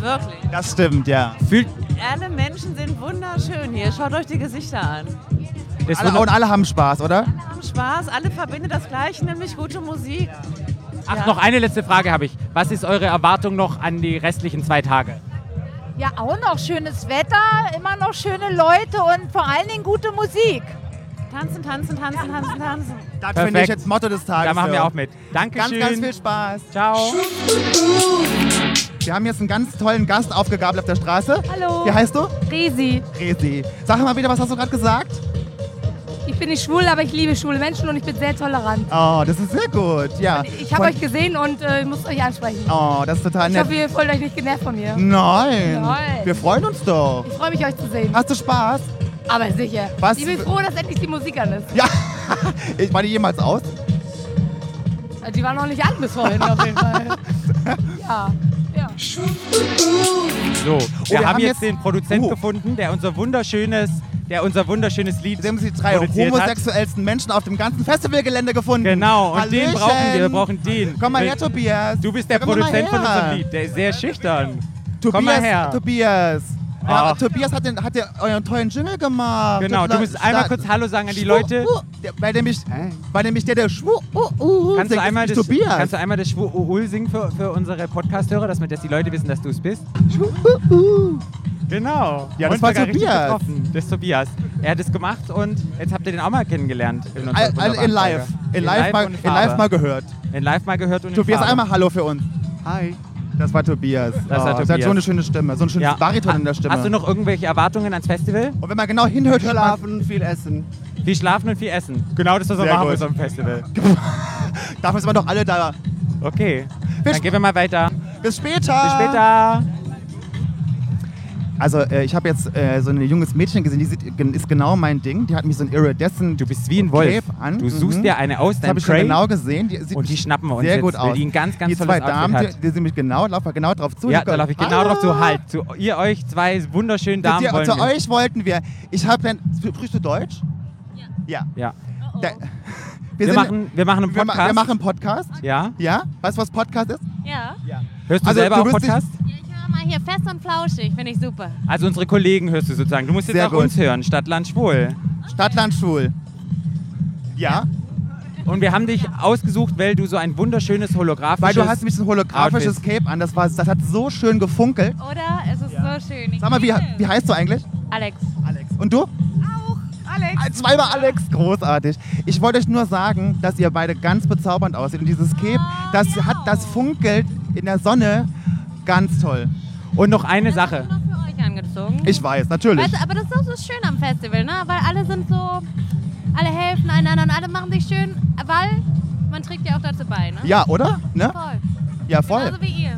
G: Wirklich.
B: Das stimmt, ja.
A: Fühlt
G: Alle Menschen sind wunderschön hier. Schaut euch die Gesichter an.
A: das
B: Alle,
A: Wunder-
B: und alle haben Spaß, oder?
G: Alle haben Spaß, alle verbinden das Gleiche, nämlich gute Musik.
A: Ach, noch eine letzte Frage habe ich. Was ist eure Erwartung noch an die restlichen zwei Tage?
H: Ja, auch noch schönes Wetter, immer noch schöne Leute und vor allen Dingen gute Musik.
I: Tanzen, tanzen, tanzen, tanzen, tanzen.
B: Das finde ich
A: Perfekt.
B: jetzt Motto des Tages.
A: Da machen wir
B: ja.
A: auch mit.
B: Ganz,
A: Dankeschön.
B: ganz viel Spaß.
A: Ciao.
B: Wir haben jetzt einen ganz tollen Gast aufgegabelt auf der Straße.
I: Hallo.
B: Wie heißt du?
I: Resi.
B: Resi. Sag mal wieder, was hast du gerade gesagt?
I: Ich bin nicht schwul, aber ich liebe schwule Menschen und ich bin sehr tolerant.
B: Oh, das ist sehr gut. Ja.
I: Ich habe
B: Von-
I: euch gesehen und äh, muss euch ansprechen.
B: Oh, das ist total
I: Ich hoffe,
B: nett.
I: ihr wollt euch nicht genervt von mir.
B: Nein.
I: Nein.
B: Wir freuen uns doch.
I: Ich freue mich, euch zu sehen.
B: Hast du Spaß?
I: Aber sicher.
B: Was-
I: Ich bin froh, dass endlich die Musik an ist.
B: Ja. Ich war die jemals aus?
I: Äh, Die war noch nicht an bis vorhin auf jeden Fall. Ja.
A: So, wir,
B: Oh, wir
A: haben,
B: haben jetzt-
A: jetzt den Produzenten
B: Oh.
A: gefunden, der unser wunderschönes, der unser wunderschönes Lied
B: Sie haben die drei
A: produziert hat.
B: homosexuellsten Menschen auf dem ganzen Festivalgelände gefunden.
A: Genau, und den
B: Hallöchen.
A: brauchen wir, wir brauchen den.
B: Komm mal
A: Wir-
B: her, Tobias.
A: Du bist der
B: Komm mal
A: Produzent von
B: her.
A: unserem Lied, der ist sehr schüchtern.
B: Tobias,
A: Komm mal her.
B: Tobias. Ja,
A: Ach.
B: Tobias hat, den, hat ja euren tollen Jingle gemacht.
A: Genau, du musst einmal kurz Hallo sagen an die Leute.
B: Uh, der, weil, nämlich, weil nämlich der, der Schwu... Uh, uh,
A: Kannst du,
B: singt,
A: einmal
B: ist
A: das,
B: Tobias.
A: kannst du einmal das Schwuuul singen für, für unsere Podcast-Hörer, dass, wir- dass die Leute wissen, dass du es bist? Genau.
B: Ja, das
A: Und
B: war
A: sogar richtig
B: Tobias.
A: getroffen. Das ist Tobias. Er hat es gemacht und jetzt habt ihr den auch mal kennengelernt. In, unserer
B: Al- al- in
A: wunderbaren
B: live.
A: Folge.
B: In live, mal,
A: und
B: in live
A: Farbe.
B: mal gehört.
A: In live mal gehört und in
B: Tobias,
A: Farbe.
B: einmal Hallo für uns. Hi. Das war Tobias.
A: Das war
B: Oh, Der hat
A: Tobias.
B: so eine schöne Stimme, so ein schönes
A: halt Ja.
B: Bariton in der
A: Ha-
B: Stimme.
A: Hast du noch irgendwelche Erwartungen ans Festival?
B: Und wenn man genau hinhört, hört man...
J: viel essen.
A: Viel schlafen und viel essen. Genau das, was wir
B: Sehr
A: machen
B: gut.
A: bei so einem Festival.
B: Dafür sind wir doch alle da.
A: Okay. Dann
B: sp-
A: gehen wir mal weiter.
B: Bis später.
A: Bis später.
B: Also äh, ich habe jetzt äh, so ein junges Mädchen gesehen, die sieht, ist genau mein Ding. Die hat mich so ein iridescent...
A: Du bist wie ein
B: Und
A: Wolf.
B: Cape an.
A: Du suchst
B: Mhm.
A: dir eine aus,
B: Das
A: dein
B: habe ich schon
A: Prey.
B: genau gesehen. Die sieht
A: Und die schnappen wir uns
B: sehr
A: jetzt,
B: gut
A: weil
B: aus.
A: die ein ganz, ganz
B: die
A: tolles
B: zwei
A: Outfit
B: Damen,
A: hat.
B: die, die sind mich genau, laufen wir genau drauf zu.
A: Ja,
B: Die Ah!
A: da
B: kommen-
A: laufe ich genau drauf zu.
B: Hallo.
A: Halt, zu ihr euch zwei wunderschönen
B: Zu,
A: Damen
B: dir,
A: wollen
B: zu
A: wir.
B: euch wollten wir. Ich habe dann. Sprichst du Deutsch? Ja.
A: Ja.
B: Da,
A: Wir,
B: sind-
A: machen, wir machen einen
B: wir, ma-
A: Podcast.
B: wir machen einen Podcast.
A: ja.
B: Ja? Weißt du, was Podcast ist?
K: Ja.
A: Hörst du
B: Also,
A: selber
B: du
A: auch
B: wirst dich-
A: Podcast?
K: Ja, ich höre mal hier fest und flauschig, finde ich super.
A: Also unsere Kollegen hörst du sozusagen. Du musst jetzt
B: Sehr
A: auch
B: gut.
A: uns hören, Stadt, Land, Schwul.
B: Stadtland Schwul. Ja?
A: Und wir haben dich ausgesucht, weil du so ein wunderschönes holographisches...
B: Weil du hast nämlich ein holographisches Cape an. Das, war, das hat so schön gefunkelt.
K: Oder? Es ist so schön. Ich
B: Sag mal, wie,
K: liebe
B: wie
K: es.
B: heißt du eigentlich?
K: Alex.
B: Alex. Und du?
K: Alex.
B: Ah, Zweimal Alex, großartig. Ich wollte euch nur sagen, dass ihr beide ganz bezaubernd aussieht. Und dieses Cape, das,
K: Ah,
B: hat, das funkelt in der Sonne ganz toll.
A: Und noch eine Sache.
K: Ich noch für euch angezogen.
B: Ich weiß, natürlich.
K: Weißt du, aber das ist auch so schön am Festival, ne? Weil alle sind so, alle helfen einander und alle machen sich schön, weil man trägt ja auch dazu bei, ne?
B: Ja, oder? Ne?
K: Voll.
B: Ja, voll.
K: Genauso wie ihr.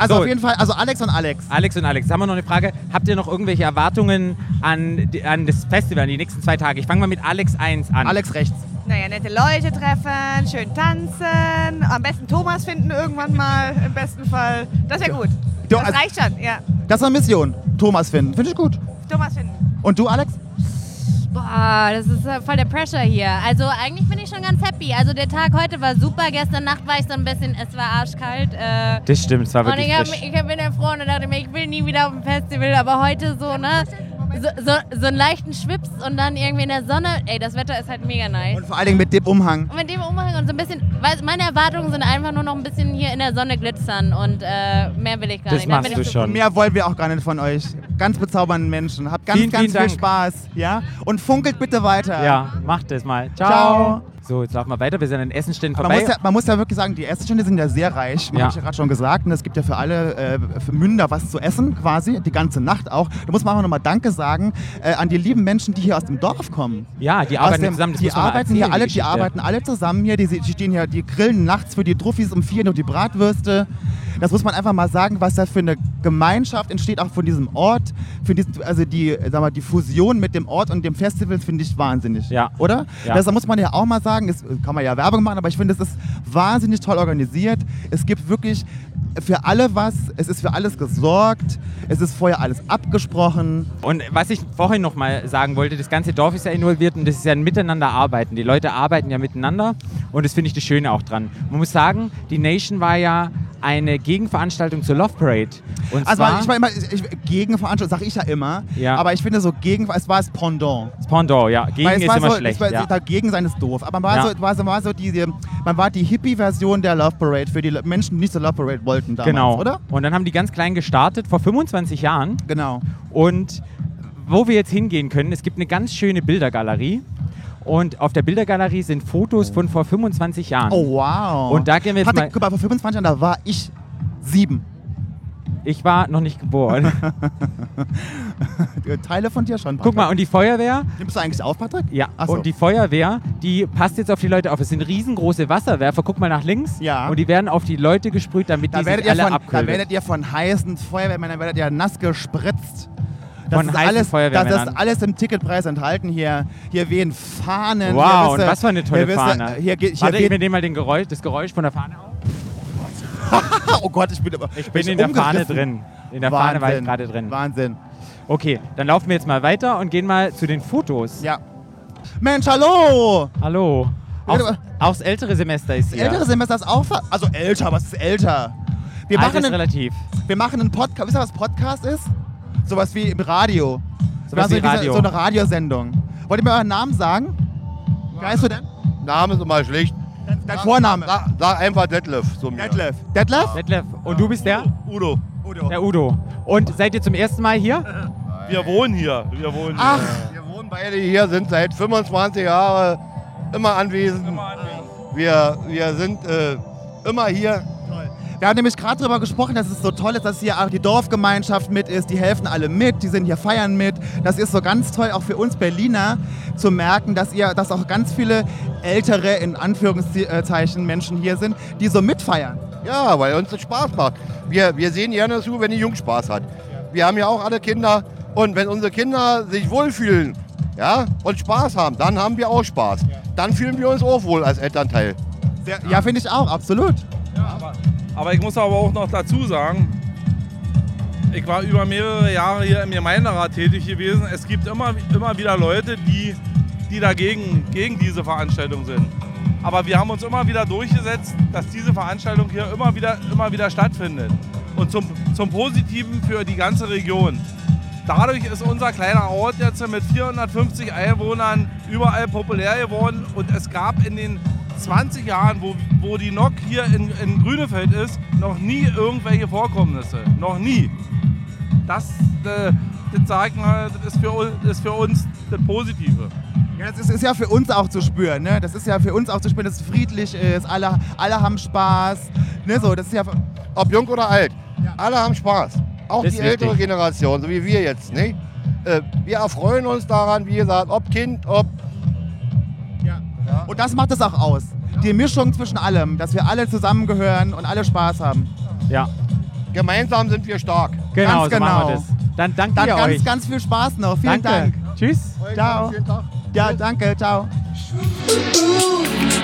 B: Also
A: So.
B: auf jeden Fall, also Alex und Alex.
A: Alex und Alex, haben wir noch eine Frage. Habt ihr noch irgendwelche Erwartungen an, die- an das Festival, an die nächsten zwei Tage? Ich fange mal mit Alex 1 an.
B: Alex rechts.
I: Naja, nette Leute treffen, schön tanzen, am besten Thomas finden irgendwann mal, im besten Fall. Das wäre gut.
B: Du,
I: Das
B: also,
I: reicht schon, ja.
B: das war eine Mission. Thomas finden. Finde ich gut.
I: Thomas finden.
B: Und du, Alex?
K: Boah, das ist äh, voll der Pressure hier. Also eigentlich bin ich schon ganz happy. Also der Tag heute war super. Gestern Nacht war ich so ein bisschen, es war arschkalt. Äh,
A: Das stimmt, es war
K: und
A: wirklich
K: ich, hab,
A: frisch.
K: ich hab- bin erfroren und dachte mir, ich will nie wieder auf ein Festival. Aber heute so, ne? So, so, so einen leichten Schwips und dann irgendwie in der Sonne. Ey, das Wetter ist halt mega nice.
B: Und vor allen Dingen mit dem Umhang.
K: Und mit dem Umhang und so ein bisschen, weiß, meine Erwartungen sind einfach nur noch ein bisschen hier in der Sonne glitzern und äh, mehr will ich gar
A: Das
K: nicht. Dann
A: machst
K: bin
A: du
K: ich
A: schon.
B: Mehr wollen wir auch gar nicht von euch. Ganz bezaubernden Menschen. Habt ganz,
A: Vielen,
B: ganz
A: vielen
B: viel
A: Dank.
B: Spaß. Ja? Und funkelt bitte weiter.
A: Ja, macht das mal. Ciao.
B: Ciao.
A: So, jetzt laufen wir weiter. Wir sind an Essenständen
B: Man
A: vorbei.
B: muss, ja, man muss ja wirklich sagen, die Essstände sind ja sehr reich. Man
A: Ja.
B: hat ja gerade schon gesagt. Und es gibt ja für alle äh, für Münder was zu essen quasi, die ganze Nacht auch. Da muss man auch nochmal Danke sagen äh, an die lieben Menschen, die hier aus dem Dorf kommen.
A: ja, die
B: Aus
A: arbeiten
B: dem-
A: zusammen. Das
B: die
A: muss man mal
B: arbeiten
A: erzählen,
B: hier alle, die
A: Geschichte.
B: arbeiten alle zusammen hier. Die, die stehen hier, die grillen nachts für die Truffis um vier und die Bratwürste. Das muss man einfach mal sagen, was da für eine Gemeinschaft entsteht, auch von diesem Ort. Für diesen, also die, äh, sag mal, die Fusion mit dem Ort und dem Festival finde ich wahnsinnig.
A: Ja.
B: Oder?
A: Ja.
B: Das muss man ja auch mal sagen. Das kann man ja Werbung machen, aber ich finde, es ist wahnsinnig toll organisiert. Es gibt wirklich für alle was. Es ist für alles gesorgt. Es ist vorher alles abgesprochen.
A: Und was ich vorhin noch mal sagen wollte, das ganze Dorf ist ja involviert und das ist ja ein Miteinander arbeiten. Die Leute arbeiten ja miteinander und das finde ich das Schöne auch dran. Man muss sagen, die Nation war ja eine Gegenveranstaltung zur Love Parade. Und
B: Also
A: zwar
B: ich meine, immer- ich, ich, Gegenveranstaltung sage ich ja immer.
A: Ja.
B: Aber ich finde so gegen, es war das Pendant.
A: Pendant, ja. Gegen
B: Weil es
A: ist
B: war
A: immer
B: so,
A: schlecht.
B: es War,
A: ja.
B: Dagegen sein ist doof. Aber man war,
A: Ja.
B: so, war, so, war so diese, man war die Hippie-Version der Love Parade für die Le- Menschen, die nicht zur Love Parade wollten damals,
A: genau.
B: oder?
A: Und dann haben die ganz klein gestartet, vor 25 Jahren.
B: Genau.
A: Und wo wir jetzt hingehen können, es gibt eine ganz schöne Bildergalerie. Und auf der Bildergalerie sind Fotos von vor 25 Jahren.
B: Oh wow.
A: Und da gehen wir jetzt
B: Hatte,
A: mal-
B: guck mal, vor 25 Jahren, da war ich sieben.
A: Ich war noch nicht geboren.
B: Teile von dir schon.
A: Guck mal, und die Feuerwehr.
B: Nimmst du eigentlich auf, Patrick?
A: Ja,
B: Ach so.
A: und die Feuerwehr, die passt jetzt auf die Leute auf. Es sind riesengroße Wasserwerfer. Guck mal nach links.
B: Ja.
A: Und die werden auf die Leute gesprüht, damit
B: Da
A: die
B: werdet,
A: sich
B: ihr von,
A: alle
B: da
A: abkühlen.
B: werdet ihr von heißen Feuerwehrmännern werdet ihr nass gespritzt. Das
A: Von
B: ist
A: heißen
B: alles, Das
A: Feuerwehrmännern.
B: ist alles im Ticketpreis enthalten hier. Hier wehen Fahnen.
A: Wow,
B: hier wisst
A: und
B: ihr-
A: was für eine tolle
B: hier wisst ihr-
A: Fahne.
B: Hier, geht- hier
A: Warte, ich
B: weht-
A: mir mal den Geräusch, das Geräusch von der Fahne auf.
B: oh Gott, ich bin aber.
A: Ich bin in der Fahne drin. In der Fahne war ich
B: Wahnsinn.
A: gerade drin.
B: Wahnsinn.
A: Okay, dann laufen wir jetzt mal weiter und gehen mal zu den Fotos.
B: Ja. Mensch, hallo!
A: Hallo.
B: Warte
A: Auch,
B: mal.
A: auch das ältere Semester ist
B: Das
A: hier.
B: ältere Semester ist auch. ver- Also älter, was ist älter? Wir
A: Alt
B: machen,
A: ist
B: einen,
A: relativ.
B: wir machen einen Podcast. Wisst ihr, was Podcast ist? Sowas wie im Radio.
A: Sowas
B: Wir haben so,
A: wie
B: diese-
A: Radio.
B: so eine Radiosendung. Wollt ihr mir euren Namen sagen? Wie heißt du denn?
J: Name ist immer schlecht.
B: Dein Vorname?
J: Sag, sag einfach Detlef zu mir.
B: Detlef. Detlef?
A: Detlef. Und du bist der?
J: Udo.
A: Der Udo. Und seid ihr zum ersten Mal hier?
J: Wir wohnen hier. Wir wohnen
A: Ach.
J: hier. Wir wohnen beide hier, sind seit 25 Jahren immer anwesend. Wir, wir sind äh, immer hier.
B: Wir haben nämlich gerade darüber gesprochen, dass es so toll ist, dass hier auch die Dorfgemeinschaft mit ist. Die helfen alle mit, die sind hier feiern mit. Das ist so ganz toll, auch für uns Berliner zu merken, dass, ihr, dass auch ganz viele ältere, in Anführungszeichen, Menschen hier sind, die so mitfeiern.
J: Ja, weil uns das Spaß macht. Wir, wir sehen gerne zu, wenn die Jung Spaß hat. Wir haben ja auch alle Kinder. Und wenn unsere Kinder sich wohlfühlen ja, und Spaß haben, dann haben wir auch Spaß. Dann fühlen wir uns auch wohl als Elternteil.
B: ja, finde ich auch, absolut.
L: Aber ich muss aber auch noch dazu sagen, ich war über mehrere Jahre hier im Gemeinderat tätig gewesen. Es gibt immer, immer wieder Leute, die, die dagegen gegen diese Veranstaltung sind. Aber wir haben uns immer wieder durchgesetzt, dass diese Veranstaltung hier immer wieder, immer wieder stattfindet. Und zum, zum Positiven für die ganze Region. Dadurch ist unser kleiner Ort jetzt mit 450 Einwohnern überall populär geworden. Und es gab in den 20 Jahren, wo, wo die NOK hier in, in Grünefeld ist, noch nie irgendwelche Vorkommnisse. Noch nie. Das, äh, das sag ich mal, das ist für, uns- das ist für uns das Positive.
B: Ja, das ist, ist ja für uns auch zu spüren, ne? Das ist ja für uns auch zu spüren, dass es friedlich ist, alle, alle haben Spaß. Ne? So, das ist ja,
J: Ob jung oder alt, alle haben Spaß. Auch
B: Das
J: die
B: ist wichtig.
J: ältere Generation, so wie wir jetzt. Ne? Äh, Wir erfreuen uns daran, wie gesagt, ob Kind, ob
B: Und das macht es auch aus. Die Mischung zwischen allem, dass wir alle zusammengehören und alle Spaß haben.
A: Ja.
J: Gemeinsam sind wir stark.
A: Genau,
B: ganz
A: so
B: genau.
A: machen wir das. Dann danke
B: Dann
A: ihr
B: ganz,
A: euch.
B: ganz viel Spaß noch. Vielen
A: Danke.
B: Dank.
A: Tschüss.
B: Ciao. Ja, danke. Ciao.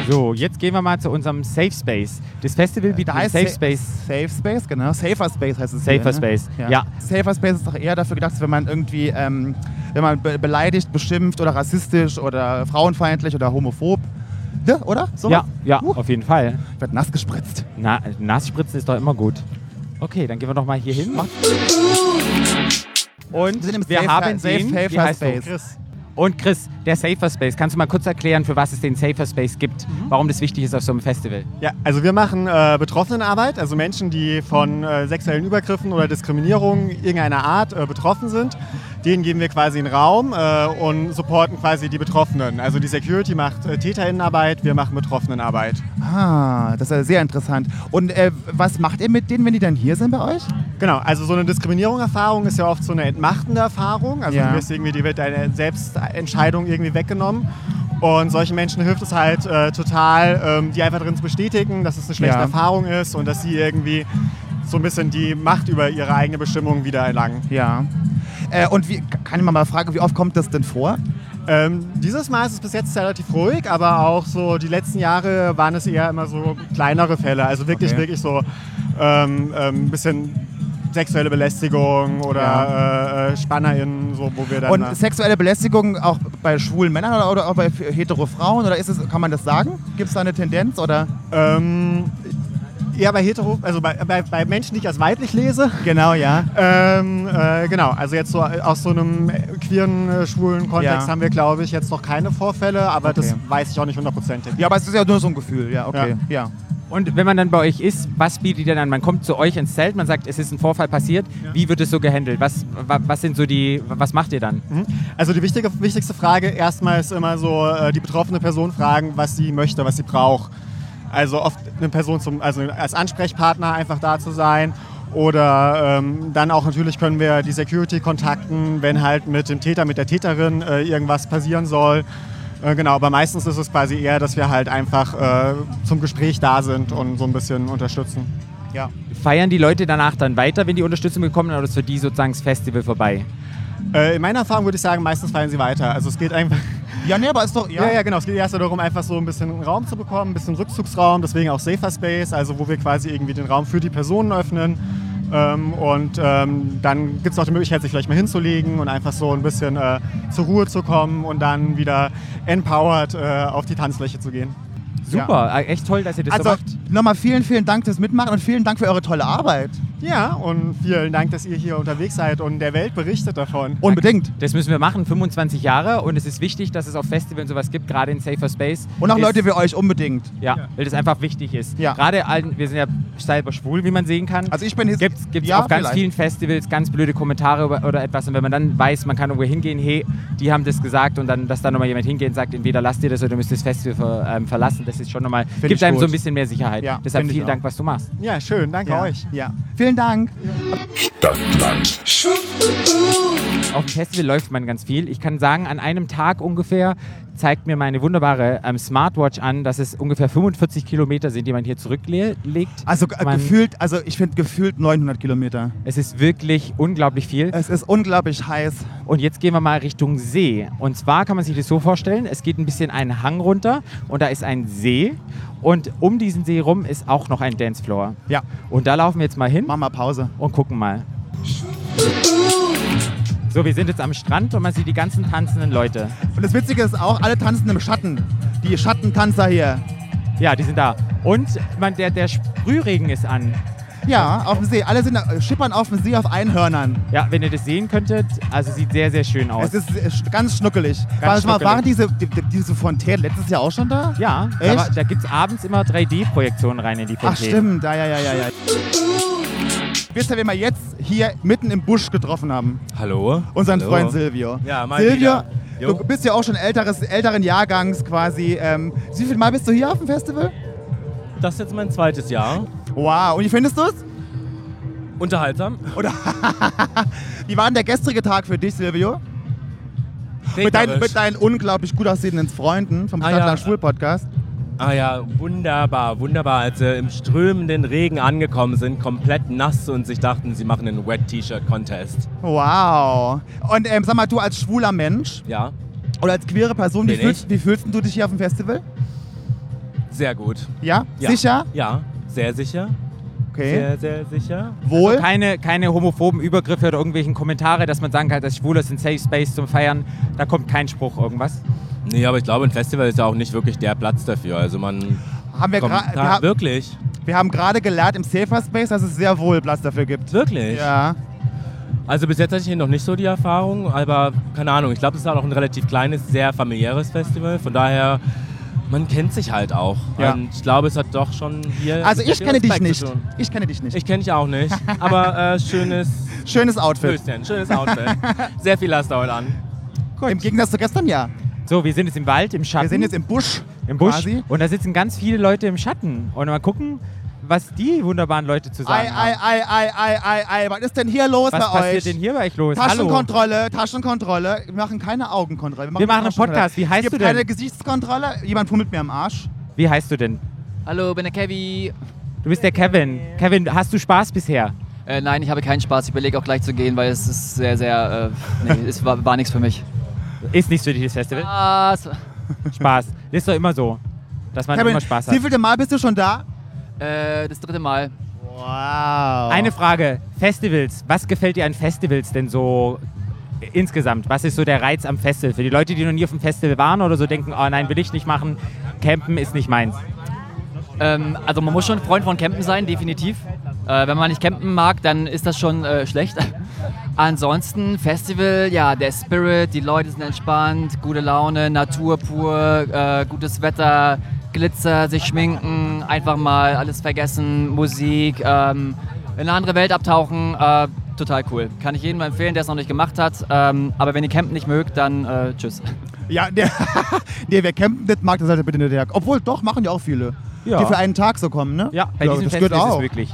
A: So, jetzt gehen wir mal zu unserem Safe Space. Das Festival bietet einen
B: heißt
A: Safe
B: Sa-
A: Space.
B: Safe Space, genau. Safer Space heißt es.
A: Safer
B: hier, ne?
A: Space, ja.
B: Safer Space ist doch eher dafür gedacht, wenn man irgendwie, ähm, wenn man be beleidigt, beschimpft oder rassistisch oder frauenfeindlich oder homophob. Ne? Oder? So
A: ja, ja, auf jeden Fall.
B: Wird nass gespritzt.
A: Na, nass spritzen ist doch immer gut. Okay, dann gehen wir noch mal hier hin. Und
B: sind im
A: wir
B: Safe-
A: haben
B: Safe-
A: den,
B: Safer
A: wie heißt du?
B: Space.
A: Chris. Und Chris, der Safer Space. Kannst du mal kurz erklären, für was es den Safer Space gibt?
B: Mhm.
A: Warum das wichtig ist auf so einem Festival?
M: Ja, also wir machen äh, Betroffenenarbeit, also Menschen, die von äh, sexuellen Übergriffen oder Diskriminierung irgendeiner Art äh, betroffen sind. Denen geben wir quasi einen Raum äh, und supporten quasi die Betroffenen. Also die Security macht äh, Täterinnenarbeit, wir machen Betroffenenarbeit.
B: Ah, das ist ja sehr interessant. Und äh, was macht ihr mit denen, wenn die dann hier sind bei euch?
M: Genau, also so eine Diskriminierung-Erfahrung ist ja oft so eine entmachtende Erfahrung. Also
B: Ja.
M: du wirst irgendwie, dir wird deine Selbstentscheidung irgendwie weggenommen. Und solchen Menschen hilft es halt äh, total, ähm, die einfach drin zu bestätigen, dass es eine schlechte
B: Ja.
M: Erfahrung ist und dass sie irgendwie so ein bisschen die Macht über ihre eigene Bestimmung wieder erlangen.
B: Ja. Äh, und wie, kann ich mal mal fragen, wie oft kommt das denn vor?
M: Ähm, dieses Mal ist es bis jetzt relativ ruhig, aber auch so die letzten Jahre waren es eher immer so kleinere Fälle. Also wirklich,
B: Okay.
M: wirklich so ähm, ähm, ein bisschen sexuelle Belästigung oder äh, äh, SpannerInnen, so, wo wir dann. äh,
B: Und sexuelle Belästigung auch bei schwulen Männern oder, oder auch bei hetero Frauen? Oder ist es, kann man das sagen? Gibt es da eine Tendenz? Oder?
M: Ähm, eher bei hetero, also bei, bei, bei Menschen, die ich als weiblich lese.
B: Genau, ja.
M: Ähm, äh, genau, also jetzt so aus so einem queeren, äh, schwulen Kontext
B: Ja.
M: haben wir, glaube ich, jetzt noch keine Vorfälle, aber das
B: Okay.
M: weiß ich auch nicht hundertprozentig.
B: Ja, aber es ist ja nur so ein Gefühl, ja, okay. Ja.
A: Und wenn man dann bei euch ist, was bietet ihr dann? Man kommt zu euch ins Zelt, man sagt, es ist ein Vorfall passiert. Wie wird es so gehandelt? Was, wa- was sind so die, was macht ihr dann?
M: Mhm. Also die wichtige, wichtigste Frage erstmal ist immer so, äh, die betroffene Person fragen, was sie möchte, was sie braucht. Also oft eine Person zum, also als Ansprechpartner einfach da zu sein. Oder ähm, dann auch natürlich können wir die Security kontakten, wenn halt mit dem Täter, mit der Täterin äh, irgendwas passieren soll. Äh, genau, aber meistens ist es quasi eher, dass wir halt einfach äh, zum Gespräch da sind und so ein bisschen unterstützen.
B: Ja.
A: Feiern die Leute danach dann weiter, wenn die Unterstützung bekommen, oder ist für die sozusagen das Festival vorbei?
M: Äh, in meiner Erfahrung würde ich sagen, meistens fallen sie weiter. Also es geht einfach.
B: Ja, nee, aber ist doch.
M: Ja, ja, genau. Es geht erst darum, einfach so ein bisschen Raum zu bekommen, ein bisschen Rückzugsraum, deswegen auch Safer Space, also wo wir quasi irgendwie den Raum für die Personen öffnen. Ähm, und ähm, dann gibt es auch die Möglichkeit, sich vielleicht mal hinzulegen und einfach so ein bisschen äh, zur Ruhe zu kommen und dann wieder empowered äh, auf die Tanzfläche zu gehen.
A: Super, äh, echt toll, dass ihr das
M: Also,
A: so macht.
B: Nochmal vielen, vielen Dank fürs Mitmachen und vielen Dank für eure tolle Arbeit.
M: Ja, und vielen Dank, dass ihr hier unterwegs seid und der Welt berichtet davon.
B: Unbedingt.
A: Das müssen wir machen, 25 Jahre. Und es ist wichtig, dass es auf Festivals sowas gibt, gerade in Safer Space.
B: Und auch
A: Ist-
B: Leute wie euch unbedingt.
A: Ja, weil das einfach wichtig ist. Gerade allen, wir sind ja selber schwul, wie man sehen kann.
B: Also ich bin jetzt.
A: Gibt's, gibt's
B: Ja,
A: auf ganz
B: vielleicht.
A: vielen Festivals ganz blöde Kommentare über, oder etwas. Und wenn man dann weiß, man kann irgendwo hingehen, hey, die haben das gesagt und dann, dass da nochmal jemand hingeht und sagt, entweder lasst ihr das oder müsst das Festival ver, ähm, verlassen, das ist schon nochmal, gibt
B: ich
A: einem so
B: gut.
A: ein bisschen mehr Sicherheit.
B: Ja,
A: Deshalb
B: find ich
A: vielen
B: auch.
A: Dank, was du machst.
M: Ja, schön, danke
B: Ja.
M: euch.
B: Ja. Vielen Dank.
A: Auf dem Festival läuft man ganz viel. Ich kann sagen, an einem Tag ungefähr zeigt mir meine wunderbare ähm, Smartwatch an, dass es ungefähr 45 Kilometer sind, die man hier zurücklegt.
B: Also äh,
A: Man-
B: gefühlt, also ich finde gefühlt 900 Kilometer.
A: Es ist wirklich unglaublich viel.
B: Es ist unglaublich heiß.
A: Und jetzt gehen wir mal Richtung See. Und zwar kann man sich das so vorstellen, es geht ein bisschen einen Hang runter und da ist ein See. Und um diesen See rum ist auch noch ein Dancefloor.
B: Ja.
A: Und da laufen wir jetzt mal hin. Machen
B: mal Pause.
A: Und gucken mal. So, wir sind jetzt am Strand und man sieht die ganzen tanzenden Leute.
B: Und das Witzige ist auch, alle tanzen im Schatten. Die Schattentanzer hier.
A: Ja, die sind da. Und man, der, der Sprühregen ist an.
B: Ja, auf dem See. Alle sind, äh, schippern auf dem See auf Einhörnern.
A: Ja, wenn ihr das sehen könntet, also sieht sehr, sehr schön aus.
B: Es ist äh, sch- ganz schnuckelig. Warte
A: Ganz
B: mal,
A: schnuckelig.
B: waren diese, die, die- diese Fontänen letztes Jahr auch schon da?
A: ne? Ja,
B: Echt?
A: aber da gibt es abends immer 3D-Projektionen rein in die Fontäne.
B: Ach stimmt, ja, ja, ja, ja. ja. Wisst ihr, wen wir jetzt hier mitten im Busch getroffen haben?
N: Hallo.
B: Unseren
N: Hallo.
B: Freund Silvio.
N: Ja, mal
B: Silvio,
N: wieder. Jo.
B: du bist ja auch schon älteres, älteren Jahrgangs quasi. Ähm, wie viel Mal bist du hier auf dem Festival?
N: Das ist jetzt mein zweites Jahr.
B: Wow, und wie findest du es?
N: Unterhaltsam.
B: Oder wie war denn der gestrige Tag für dich, Silvio? Mit
N: Regnerisch.
B: deinen, mit deinen unglaublich gut aussehenden Freunden vom
N: Ah,
B: Stadtland
N: ja.
B: Schwul Podcast.
N: Ah ja, wunderbar, wunderbar. Als sie im strömenden Regen angekommen sind, komplett nass und sich dachten, sie machen einen Wet-T-Shirt-Contest.
B: Wow. Und ähm, sag mal, du als schwuler Mensch
N: Ja,
B: oder als queere Person, wie
N: Bin
B: fühlst, wie fühlst du dich hier auf dem Festival?
N: sehr gut.
B: Ja? Sicher?
N: Ja, sehr sicher.
B: Okay.
N: Sehr, sehr sicher.
B: Wohl.
A: Also keine, keine homophoben Übergriffe oder irgendwelchen Kommentare, dass man sagen kann, dass Schwule sind Safe Space zum Feiern. Da kommt kein Spruch, irgendwas.
N: Nee, aber ich glaube, ein Festival ist ja auch nicht wirklich der Platz dafür. Also man.
B: Haben wir
N: kommt-
B: gra- wir
N: Ah,
B: haben-
N: Wirklich?
B: Wir haben gerade gelernt im Safer Space, dass es sehr wohl Platz dafür gibt.
N: Wirklich?
B: Ja.
N: Also bis jetzt hatte ich hier noch nicht so die Erfahrung, aber keine Ahnung, ich glaube, es ist auch ein relativ kleines, sehr familiäres Festival. Von daher, man kennt sich halt auch.
B: Ja.
N: Und ich glaube, es hat doch schon
A: Äh,
N: hier.
B: Also
N: mit
B: ich
N: viel
B: kenne dich
N: Respekt
B: nicht.
N: zu tun.
B: Ich kenne dich nicht.
N: Ich kenne dich auch nicht. Aber äh, schönes.
B: Schönes Outfit.
N: Höschen, schönes Outfit. Sehr viel hast du heute an.
B: Im Gegensatz zu gestern ja.
A: So, wir sind jetzt im Wald, im Schatten.
B: Wir sind jetzt im Busch.
A: Im Busch.
B: quasi.
A: Und da sitzen ganz viele Leute im Schatten. Und mal gucken, was die wunderbaren Leute zu sagen
B: Ei, ei,
A: haben.
B: ei, ei, ei, ei, ei. Was ist denn hier los
A: was
B: bei
A: passiert
B: euch?
A: denn hier bei euch los? Hallo.
B: Taschenkontrolle, Taschenkontrolle. Wir machen keine Augenkontrolle.
A: Wir machen einen
B: Taschenkontrolle.
A: Podcast. Wie heißt
B: es gibt
A: du denn?
B: keine Gesichtskontrolle. Jemand fummelt mir am Arsch.
A: Wie heißt du denn?
O: Hallo, bin der Kevin.
A: Du bist der Kevin. Kevin, hast du Spaß bisher?
O: Äh, nein, ich habe keinen Spaß. Ich überlege auch gleich zu gehen, weil es ist sehr, sehr. Äh, nee, es war, war nichts für mich. Ah.
A: Ist nichts für dich das Festival?
O: Spaß.
A: Spaß. Das ist doch immer so, dass man immer Spaß hat.
B: wie vielte Mal bist du schon da?
O: Äh, das dritte Mal.
B: Wow.
A: Eine Frage, Festivals. Was gefällt dir an Festivals denn so insgesamt? Was ist so der Reiz am Festival? Für die Leute, die noch nie auf dem Festival waren oder so denken, oh nein, will ich nicht machen, campen ist nicht meins.
O: Ähm, also man muss schon Freund von Campen sein, definitiv. Äh, wenn man nicht campen mag, dann ist das schon äh, schlecht. Ansonsten Festival, ja, der Spirit, die Leute sind entspannt, gute Laune, Natur pur, äh, gutes Wetter, Glitzer, sich schminken, einfach mal alles vergessen, Musik, ähm, in eine andere Welt abtauchen, äh, total cool. Kann ich jedem empfehlen, der es noch nicht gemacht hat. Ähm, aber wenn ihr Campen nicht mögt, dann äh, tschüss.
B: Ja, der, nee, wer campen nicht mag, der sollte bitte nicht her. Obwohl, doch, machen ja auch viele.
A: Ja.
B: Die für einen Tag so kommen, ne?
A: Ja, bei diesem
B: das
A: Fest
B: gehört
A: ist es
B: auch.
A: wirklich.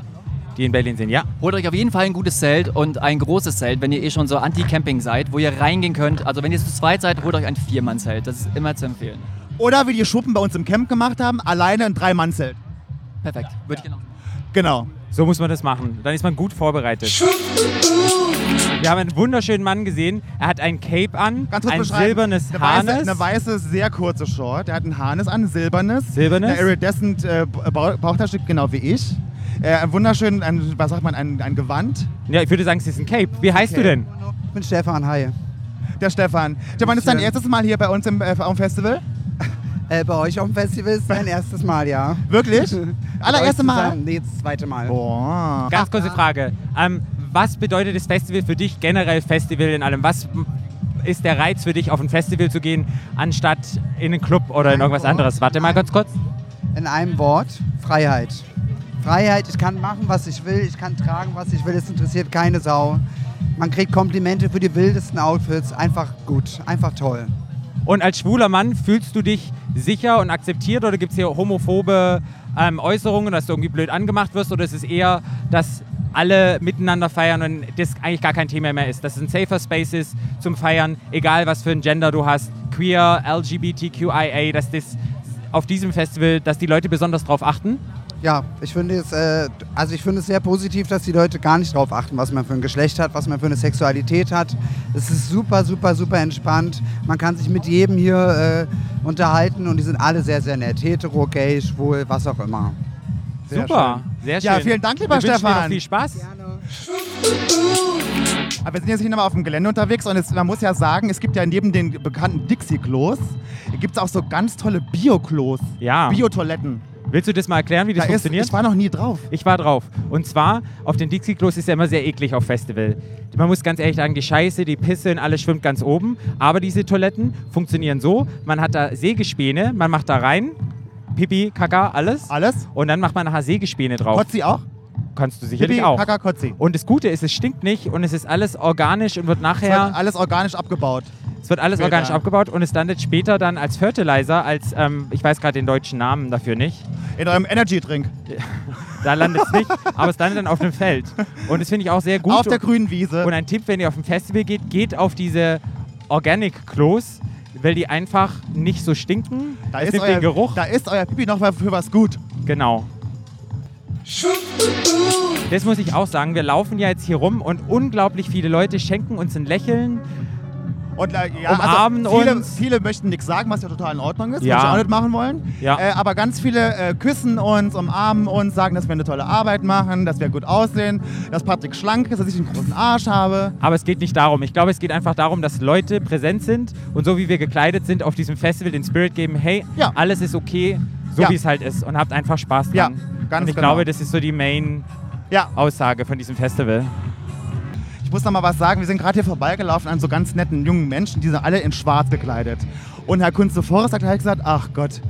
A: Die in Berlin sind, ja.
O: Holt euch auf jeden Fall ein gutes Zelt und ein großes Zelt, wenn ihr eh schon so anti-Camping seid, wo ihr reingehen könnt. Also wenn ihr zu zweit seid, holt euch ein Viermann-Zelt. Das ist immer zu empfehlen.
B: Oder wie die Schuppen bei uns im Camp gemacht haben, alleine ein Drei-Mann-Zelt.
O: Perfekt. Würde ich genau.
B: Genau.
A: So muss man das machen. Dann ist man gut vorbereitet. Wir haben einen wunderschönen Mann gesehen. Er hat ein Cape an,
B: Ganz kurz
A: ein
B: beschreiben.
A: silbernes
B: eine
A: Harnes.
B: Weiße, eine weiße, sehr kurze Short. Er hat ein Harnes an, ein silbernes.
A: Silbernes?
B: Eine iridescent äh, Bau- Bauchtasche, genau wie ich. Äh, ein wunderschön, ein, was sagt man, ein, ein Gewand.
A: ja, ich würde sagen, es ist ein Cape. Wie heißt
B: Okay.
A: du denn?
B: Ich bin Stefan Haie. Der Stefan. Stefan, ist dein erstes Mal hier bei uns im, äh, am Festival?
P: Äh,
B: bei euch auf dem Festival ist mein erstes Mal, ja. Wirklich? Allererstes Mal?
P: Nee, das zweite Mal.
B: Boah.
A: Ganz kurze Frage. Ähm, was bedeutet das Festival für dich generell, Festival in allem? Was m- ist der Reiz für dich, auf ein Festival zu gehen, anstatt in einen Club oder in irgendwas anderes? Warte mal ganz kurz.
P: In einem Wort, Freiheit. Freiheit, ich kann machen, was ich will, ich kann tragen, was ich will, es interessiert keine Sau. Man kriegt Komplimente für die wildesten Outfits, einfach gut, einfach toll.
A: Und als schwuler Mann fühlst du dich sicher und akzeptiert oder gibt es hier homophobe ähm, Äußerungen, dass du irgendwie blöd angemacht wirst oder ist es eher, dass alle miteinander feiern und das eigentlich gar kein Thema mehr ist, dass es ein safer Space ist zum Feiern, egal was für ein Gender du hast, queer, LGBTQIA, dass das auf diesem Festival, dass die Leute besonders drauf achten?
P: Ja, ich finde es, äh, also ich finde es sehr positiv, dass die Leute gar nicht drauf achten, was man für ein Geschlecht hat, was man für eine Sexualität hat. Es ist super, super, super entspannt. Man kann sich mit jedem hier äh, unterhalten und die sind alle sehr, sehr nett. Hetero, gay, schwul, was auch immer. Sehr
A: Super,
P: schön.
A: sehr schön.
P: Ja, vielen Dank, lieber
A: Wir wünschen dir noch
P: Stefan.
A: Viel Spaß.
B: Aber wir sind jetzt hier nochmal auf dem Gelände unterwegs und es, man muss ja sagen, es gibt ja neben den bekannten Dixie-Klos, gibt es auch so ganz tolle Bio-Klos.
A: Ja.
B: Bio-Toiletten.
A: Willst du das mal erklären, wie das
B: Da ist-
A: funktioniert?
B: ich war noch nie drauf.
A: Ich war drauf. Und zwar, auf den Dixie-Klos ist ja immer sehr eklig auf Festival. Man muss ganz ehrlich sagen, die Scheiße, die Pisse und alles schwimmt ganz oben. Aber diese Toiletten funktionieren so, man hat da Sägespäne, man macht da rein, Pipi, Kaka, alles.
B: Alles.
A: Und dann macht man nachher Sägespäne drauf.
B: Kotzi auch?
A: Kannst du sicherlich
B: Pipi,
A: auch.
B: Kaka, Kotzi.
A: Und das Gute ist, es stinkt nicht und es ist alles organisch und wird nachher...
B: Es wird alles organisch abgebaut.
A: Es wird alles
B: Später.
A: organisch abgebaut und es landet später dann als Fertilizer, als, ähm, ich weiß gerade den deutschen Namen dafür nicht.
B: In eurem Energy-Drink.
A: Da landet es nicht, aber es landet dann auf dem Feld. Und das finde ich auch sehr gut.
B: Auf der grünen Wiese.
A: Und ein Tipp, wenn ihr auf ein Festival geht, geht auf diese Organic-Klos, weil die einfach nicht so stinken.
B: Da
A: es
B: ist,
A: nimmt
B: euer,
A: den Geruch.
B: da ist euer Pipi noch mal für was gut.
A: Genau. Das muss ich auch sagen. Wir laufen ja jetzt hier rum und unglaublich viele Leute schenken uns ein Lächeln.
B: Und äh, ja,
A: Umarmen
B: also viele,
A: uns.
B: viele möchten nichts sagen, was ja total in Ordnung ist,
A: Ja.
B: was wir auch nicht machen wollen.
A: Ja.
B: Äh, aber ganz viele äh, küssen uns, umarmen uns, sagen, dass wir eine tolle Arbeit machen, dass wir gut aussehen, dass Patrick schlank ist, dass ich einen großen Arsch habe.
A: Aber es geht nicht darum. Ich glaube, es geht einfach darum, dass Leute präsent sind und so wie wir gekleidet sind, auf diesem Festival den Spirit geben, hey, alles ist okay, so
B: Ja.
A: wie es halt ist und habt einfach Spaß dran.
B: Ja, ganz
A: und ich
B: genau.
A: glaube, das ist so die Main Aussage von diesem Festival.
B: Ich muss noch mal was sagen. Wir sind gerade hier vorbeigelaufen an so ganz netten jungen Menschen, die sind alle in Schwarz gekleidet. Und Herr Kunze Forrest hat gleich gesagt, ach Gott,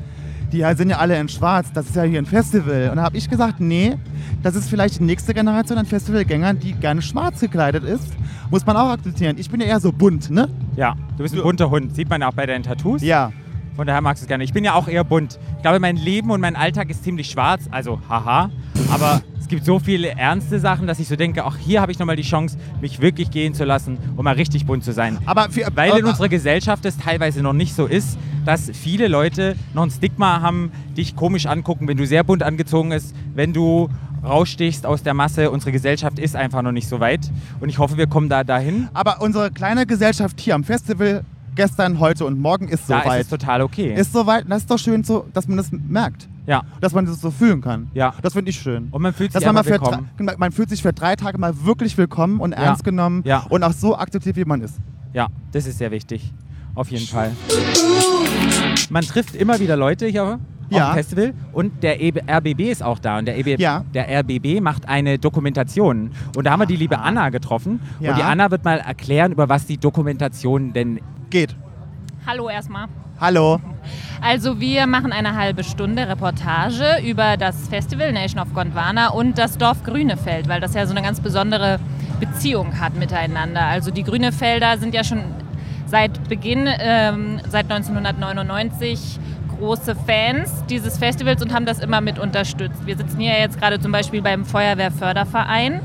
B: die sind ja alle in Schwarz, das ist ja hier ein Festival. Und da habe ich gesagt, nee, das ist vielleicht die nächste Generation an Festivalgängern, die gerne schwarz gekleidet ist. Muss man auch akzeptieren. Ich bin ja eher so bunt, ne?
A: Ja, du bist ein bunter Hund. Sieht man ja auch bei deinen Tattoos.
B: Ja.
A: Von daher magst du es gerne. Ich bin ja auch eher bunt. Ich glaube, mein Leben und mein Alltag ist ziemlich schwarz. Also, haha. Aber es gibt so viele ernste Sachen, dass ich so denke, auch hier habe ich nochmal die Chance, mich wirklich gehen zu lassen und mal richtig bunt zu sein.
B: Aber
A: Weil in unserer Gesellschaft es teilweise noch nicht so ist, dass viele Leute noch ein Stigma haben, dich komisch angucken, wenn du sehr bunt angezogen bist, wenn du rausstichst aus der Masse. Unsere Gesellschaft ist einfach noch nicht so weit. Und ich hoffe, wir kommen da dahin.
B: Aber unsere kleine Gesellschaft hier am Festival gestern, heute und morgen ist
A: Da
B: soweit.
A: ist es total okay.
B: Ist soweit. Das ist doch schön, so, dass man das merkt.
A: Ja.
B: Dass man das so fühlen kann.
A: Ja.
B: Das finde ich schön.
A: Und man fühlt
B: Dass
A: sich
B: man, mal
A: einfach
B: für
A: willkommen.
B: drei- man fühlt sich für drei Tage mal wirklich willkommen und
A: Ja.
B: ernst genommen
A: Ja.
B: und auch so akzeptiert, wie man ist.
A: Ja, das ist sehr wichtig. Auf jeden Fall. Man trifft immer wieder Leute hier ja.
B: Ja.
A: auf dem Festival und der E EB RBB ist auch da und der, EB der RBB macht eine Dokumentation und da haben wir die liebe Anna getroffen
B: Ja.
A: und die Anna wird mal erklären, über was die Dokumentation denn
B: geht.
Q: Hallo erstmal.
B: Hallo.
Q: Also wir machen eine halbe Stunde Reportage über das Festival Nation of Gondwana und das Dorf Grünefeld, weil das ja so eine ganz besondere Beziehung hat miteinander. Also die Grünefelder sind ja schon seit Beginn, ähm, seit 1999 große Fans dieses Festivals und haben das immer mit unterstützt. Wir sitzen hier jetzt gerade zum Beispiel beim Feuerwehrförderverein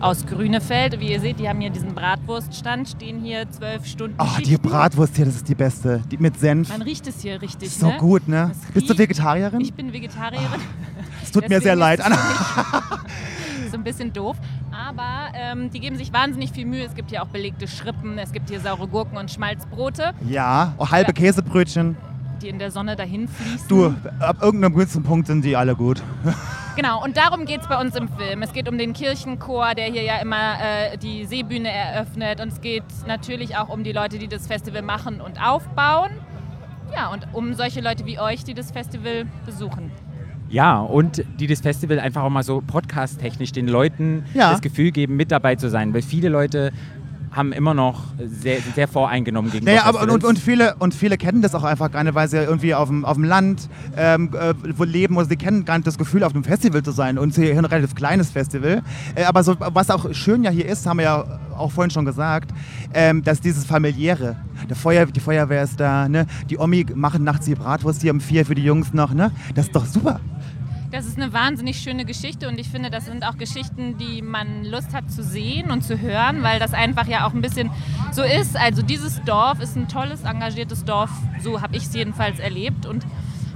Q: aus Grünefeld. Wie ihr seht, die haben hier diesen Bratwurststand, stehen hier zwölf Stunden.
B: Oh, die Bratwurst hier, das ist die beste. Die mit Senf.
Q: Man riecht es hier richtig.
B: So
Q: ne?
B: gut, ne? Bist du Vegetarierin?
Q: Ich bin Vegetarierin.
B: Es tut mir sehr
Q: Deswegen
B: leid,
Q: ist es
B: Anna.
Q: so ein bisschen doof. Aber ähm, die geben sich wahnsinnig viel Mühe. Es gibt hier auch belegte Schrippen, es gibt hier saure Gurken und Schmalzbrote,
B: Ja, oh, halbe Käsebrötchen.
Q: die in der Sonne dahin fließen.
B: Du, ab irgendeinem gewissen Punkt sind die alle gut.
Q: Genau, und darum geht es bei uns im Film. Es geht um den Kirchenchor, der hier ja immer äh, die Seebühne eröffnet. Und es geht natürlich auch um die Leute, die das Festival machen und aufbauen. Ja, und um solche Leute wie euch, die das Festival besuchen.
A: Ja, und die das Festival einfach auch mal so podcast-technisch den Leuten
Q: Ja.
A: das Gefühl geben, mit dabei zu sein. Weil viele Leute haben immer noch sehr, sind sehr voreingenommen gegenüber
B: Naja, aber und,
A: Festivals.
B: und, viele, und viele kennen das auch einfach gar nicht, weil sie ja irgendwie auf dem, auf dem Land ähm, äh, wo leben und sie kennen gar nicht das Gefühl, auf einem Festival zu sein. Und hier ein relativ kleines Festival. Äh, aber so, was auch schön ja hier ist, haben wir ja auch vorhin schon gesagt, ähm, dass dieses familiäre, der Feuer, die Feuerwehr ist da, ne? die Omi machen nachts die Bratwurst hier um vier für die Jungs noch. Ne? Das ist doch super.
Q: Das ist eine wahnsinnig schöne Geschichte und ich finde, das sind auch Geschichten, die man Lust hat zu sehen und zu hören, weil das einfach ja auch ein bisschen so ist. Also dieses Dorf ist ein tolles, engagiertes Dorf, so habe ich es jedenfalls erlebt und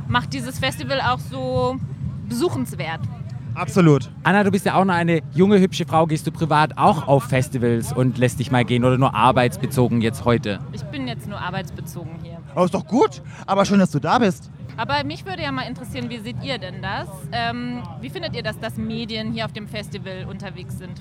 Q: macht dieses Festival auch so besuchenswert.
B: Absolut.
A: Anna, du bist ja auch noch eine junge, hübsche Frau. Gehst du privat auch auf Festivals und lässt dich mal gehen oder nur arbeitsbezogen jetzt heute?
Q: Ich bin jetzt nur arbeitsbezogen hier.
B: Aber Oh, ist doch gut. Aber schön, dass du da bist.
Q: Aber mich würde ja mal interessieren, wie seht ihr denn das? Ähm, wie findet ihr das, dass Medien hier auf dem Festival unterwegs sind?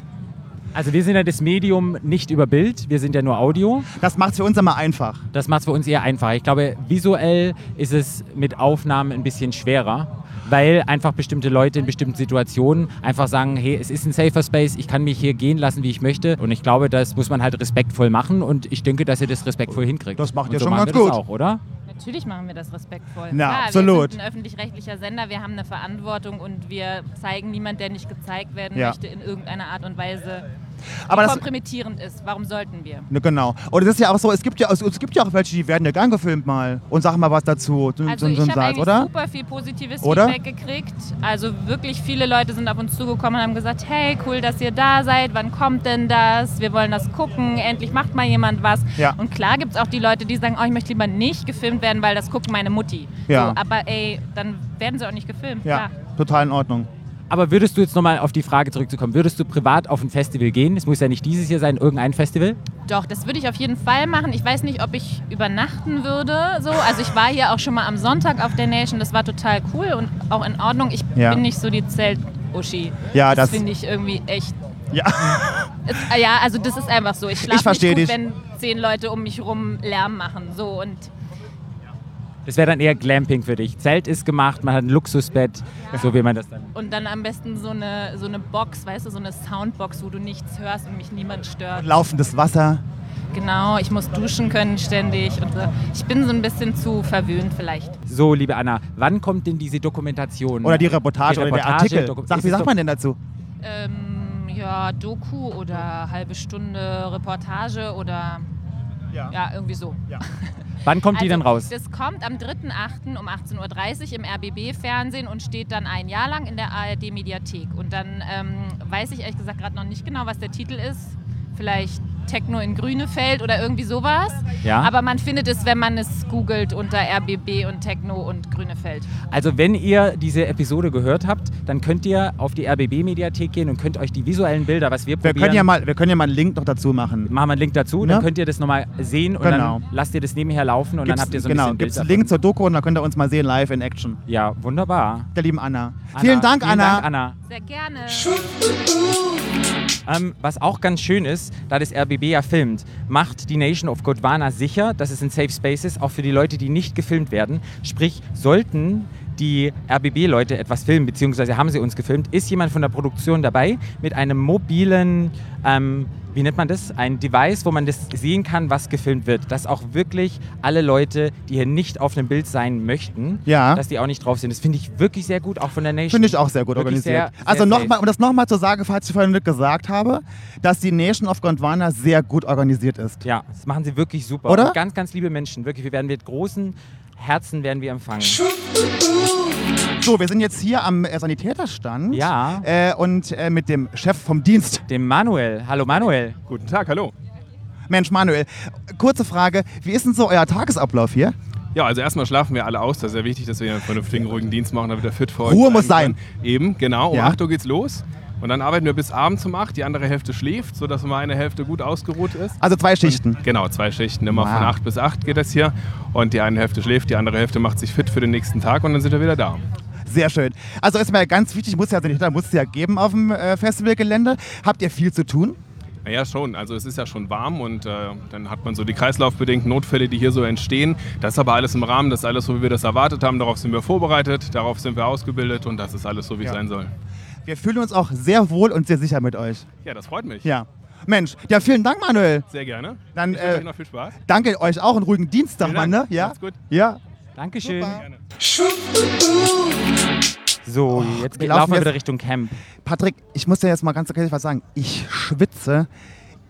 A: Also wir sind ja das Medium nicht über Bild, wir sind ja nur Audio.
B: Das macht es für uns immer einfach.
A: Das macht es für uns eher einfach. Ich glaube, visuell ist es mit Aufnahmen ein bisschen schwerer, weil einfach bestimmte Leute in bestimmten Situationen einfach sagen, hey, es ist ein safer Space, ich kann mich hier gehen lassen, wie ich möchte. Und ich glaube, das muss man halt respektvoll machen und ich denke, dass ihr das respektvoll hinkriegt. Das macht und
B: ihr
A: so
B: schon
A: machen
B: ganz
A: wir das
B: gut.
A: auch, oder?
Q: Natürlich machen wir das respektvoll.
A: Na,
Q: Klar,
A: absolut.
Q: Wir sind ein öffentlich-rechtlicher Sender, wir haben eine Verantwortung und wir zeigen niemand, der nicht gezeigt werden
B: Ja.
Q: möchte in irgendeiner Art und Weise, die
B: Aber das-
Q: kompromittierend ist. Warum sollten wir?
B: Ne, genau. Und es ist ja auch so, es gibt ja, auch- es gibt ja auch welche, die werden ja gern gefilmt mal und sagen mal was dazu. So-
Q: Also
B: so-
Q: ich
B: so ein
Q: habe
B: Satz,
Q: eigentlich
B: oder?
Q: super viel positives
B: Oder?
Q: Feedback gekriegt. Also wirklich viele Leute sind auf uns zugekommen und haben gesagt, hey, cool, dass ihr da seid, wann kommt denn das? Wir wollen das gucken, endlich macht mal jemand was.
B: Ja.
Q: Und klar gibt es auch die Leute, die sagen, oh, ich möchte lieber nicht gefilmt werden, weil das guckt meine Mutti.
A: Ja.
Q: So, aber ey, dann werden sie auch nicht gefilmt, klar.
B: total in Ordnung.
A: Aber würdest du jetzt nochmal auf die Frage zurückzukommen, würdest du privat auf ein Festival gehen? Es muss ja nicht dieses Jahr sein, irgendein Festival.
Q: Doch, das würde ich auf jeden Fall machen. Ich weiß nicht, ob ich übernachten würde. So. Also ich war hier auch schon mal am Sonntag auf der Nation. Das war total cool und auch in Ordnung. Ich
B: Ja.
Q: bin nicht so die Zelt-Uschi.
B: Ja, das-
Q: finde ich irgendwie echt.
B: Ja.
Q: Es, äh, ja, also das ist einfach so. Ich
A: Ich
Q: schlafe nicht
A: verstehe
Q: gut,
A: dich.
Q: wenn zehn Leute um mich rum Lärm machen. So und
A: Das wäre dann eher Glamping für dich. Zelt ist gemacht, man hat ein Luxusbett, so wie man das dann.
Q: Und dann am besten so eine, so eine Box, weißt du, so eine Soundbox, wo du nichts hörst und mich niemand stört.
B: Laufendes Wasser.
Q: Genau, ich muss duschen können ständig. Und so. Ich bin so ein bisschen zu verwöhnt vielleicht.
A: So, liebe Anna, wann kommt denn diese Dokumentation?
B: Oder die Reportage, oder der Artikel.
A: Doku-
B: Sag,
A: Ist
B: wie
A: es
B: sagt
A: doch-
B: man denn dazu?
Q: Ähm, ja, Doku oder halbe Stunde Reportage oder ja, irgendwie so.
A: Wann kommt die
Q: Also,
A: denn raus?
Q: Das kommt am 3.8. um 18.30 Uhr im RBB-Fernsehen und steht dann ein Jahr lang in der ARD-Mediathek. Und dann ähm, weiß ich ehrlich gesagt gerade noch nicht genau, was der Titel ist. Vielleicht Techno in Grünefeld oder irgendwie sowas.
A: Ja.
Q: Aber man findet es, wenn man es googelt unter RBB und Techno und Grünefeld.
A: Also, wenn ihr diese Episode gehört habt, dann könnt ihr auf die RBB-Mediathek gehen und könnt euch die visuellen Bilder, was wir,
B: Wir
A: probieren,
B: können, ja mal, wir können ja mal einen Link noch dazu machen. Ne?
A: Machen wir einen Link dazu, dann könnt ihr das nochmal sehen und
B: Genau.
A: dann lasst ihr das nebenher laufen und dann habt ihr so ein
B: genau,
A: bisschen
B: gibt's
A: Bild
B: einen Link zur Doku und dann könnt ihr uns mal sehen live in Action.
A: Ja, wunderbar.
B: Der lieben Anna.
A: Anna,
B: vielen Dank,
A: vielen
B: Anna.
A: Dank, Anna.
Q: Sehr gerne.
A: Ähm, was auch ganz schön ist, da das RBB ja filmt, macht die Nation of Gondwana sicher, dass es ein Safe Space ist, auch für die Leute, die nicht gefilmt werden. Sprich, sollten die RBB-Leute etwas filmen, beziehungsweise haben sie uns gefilmt, ist jemand von der Produktion dabei mit einem mobilen, ähm, wie nennt man das, ein Device, wo man das sehen kann, was gefilmt wird. Dass auch wirklich alle Leute, die hier nicht auf einem Bild sein möchten,
B: Ja.
A: dass die auch nicht drauf sind. Das finde ich wirklich sehr gut, auch von der Nation.
B: Finde ich auch sehr gut
A: Wirklich
B: organisiert.
A: sehr-
B: also
A: sehr
B: nochmal,
A: safe.
B: um das nochmal zu sagen, falls ich vorhin nicht gesagt habe, dass die Nation of Gondwana sehr gut organisiert ist.
A: Ja, das machen sie wirklich super.
B: Oder?
A: Und ganz, ganz liebe Menschen, wirklich. Wir werden mit großen Herzen werden wir empfangen.
B: So, wir sind jetzt hier am äh, Sanitäterstand.
A: Ja.
B: Äh, und äh, mit dem Chef vom Dienst.
A: Dem Manuel. Hallo Manuel.
R: Guten Tag, hallo.
B: Mensch, Manuel, kurze Frage. Wie ist denn so euer Tagesablauf hier?
R: Ja, also erstmal schlafen wir alle aus. Das ist ja wichtig, dass wir einen vernünftigen, ruhigen Dienst machen, damit wir fit vor
B: Ruhe
R: euch
B: muss
R: sein. können. Eben, genau. Um
B: Ja.
R: 8 Uhr geht's los. Und dann arbeiten wir bis abends um 8. Die andere Hälfte schläft, sodass immer eine Hälfte gut ausgeruht ist.
B: Also zwei Schichten.
R: Genau, zwei Schichten. Immer
B: Wow.
R: von 8 bis 8 geht das hier. Und die eine Hälfte schläft, die andere Hälfte macht sich fit für den nächsten Tag und dann sind wir wieder da.
B: Sehr schön. Also ist mir ganz wichtig, muss ja Sanitäter muss es ja geben auf dem äh, Festivalgelände. Habt ihr viel zu tun?
R: Naja, schon. Also es ist ja schon warm und äh, dann hat man so die kreislaufbedingten Notfälle, die hier so entstehen. Das ist aber alles im Rahmen, das ist alles so, wie wir das erwartet haben. Darauf sind wir vorbereitet, darauf sind wir ausgebildet und das ist alles so, wie es sein soll.
B: Wir fühlen uns auch sehr wohl und sehr sicher mit euch.
R: Ja, das freut mich.
B: Ja. Mensch, ja, vielen Dank, Manuel.
R: Sehr gerne.
B: Dann,
R: ich wünsche
B: äh,
R: euch noch viel Spaß.
B: Danke euch auch. Einen ruhigen Dienstag,
R: Vielen
B: Mann, ne?
R: Dank.
B: Ja.
R: Macht's gut.
B: Ja.
A: Dankeschön.
B: Super.
A: So, jetzt
B: wir
A: geht, laufen
B: laufen
A: wir
B: jetzt-
A: wieder Richtung Camp.
B: Patrick, ich muss dir jetzt mal ganz ehrlich was sagen. Ich schwitze.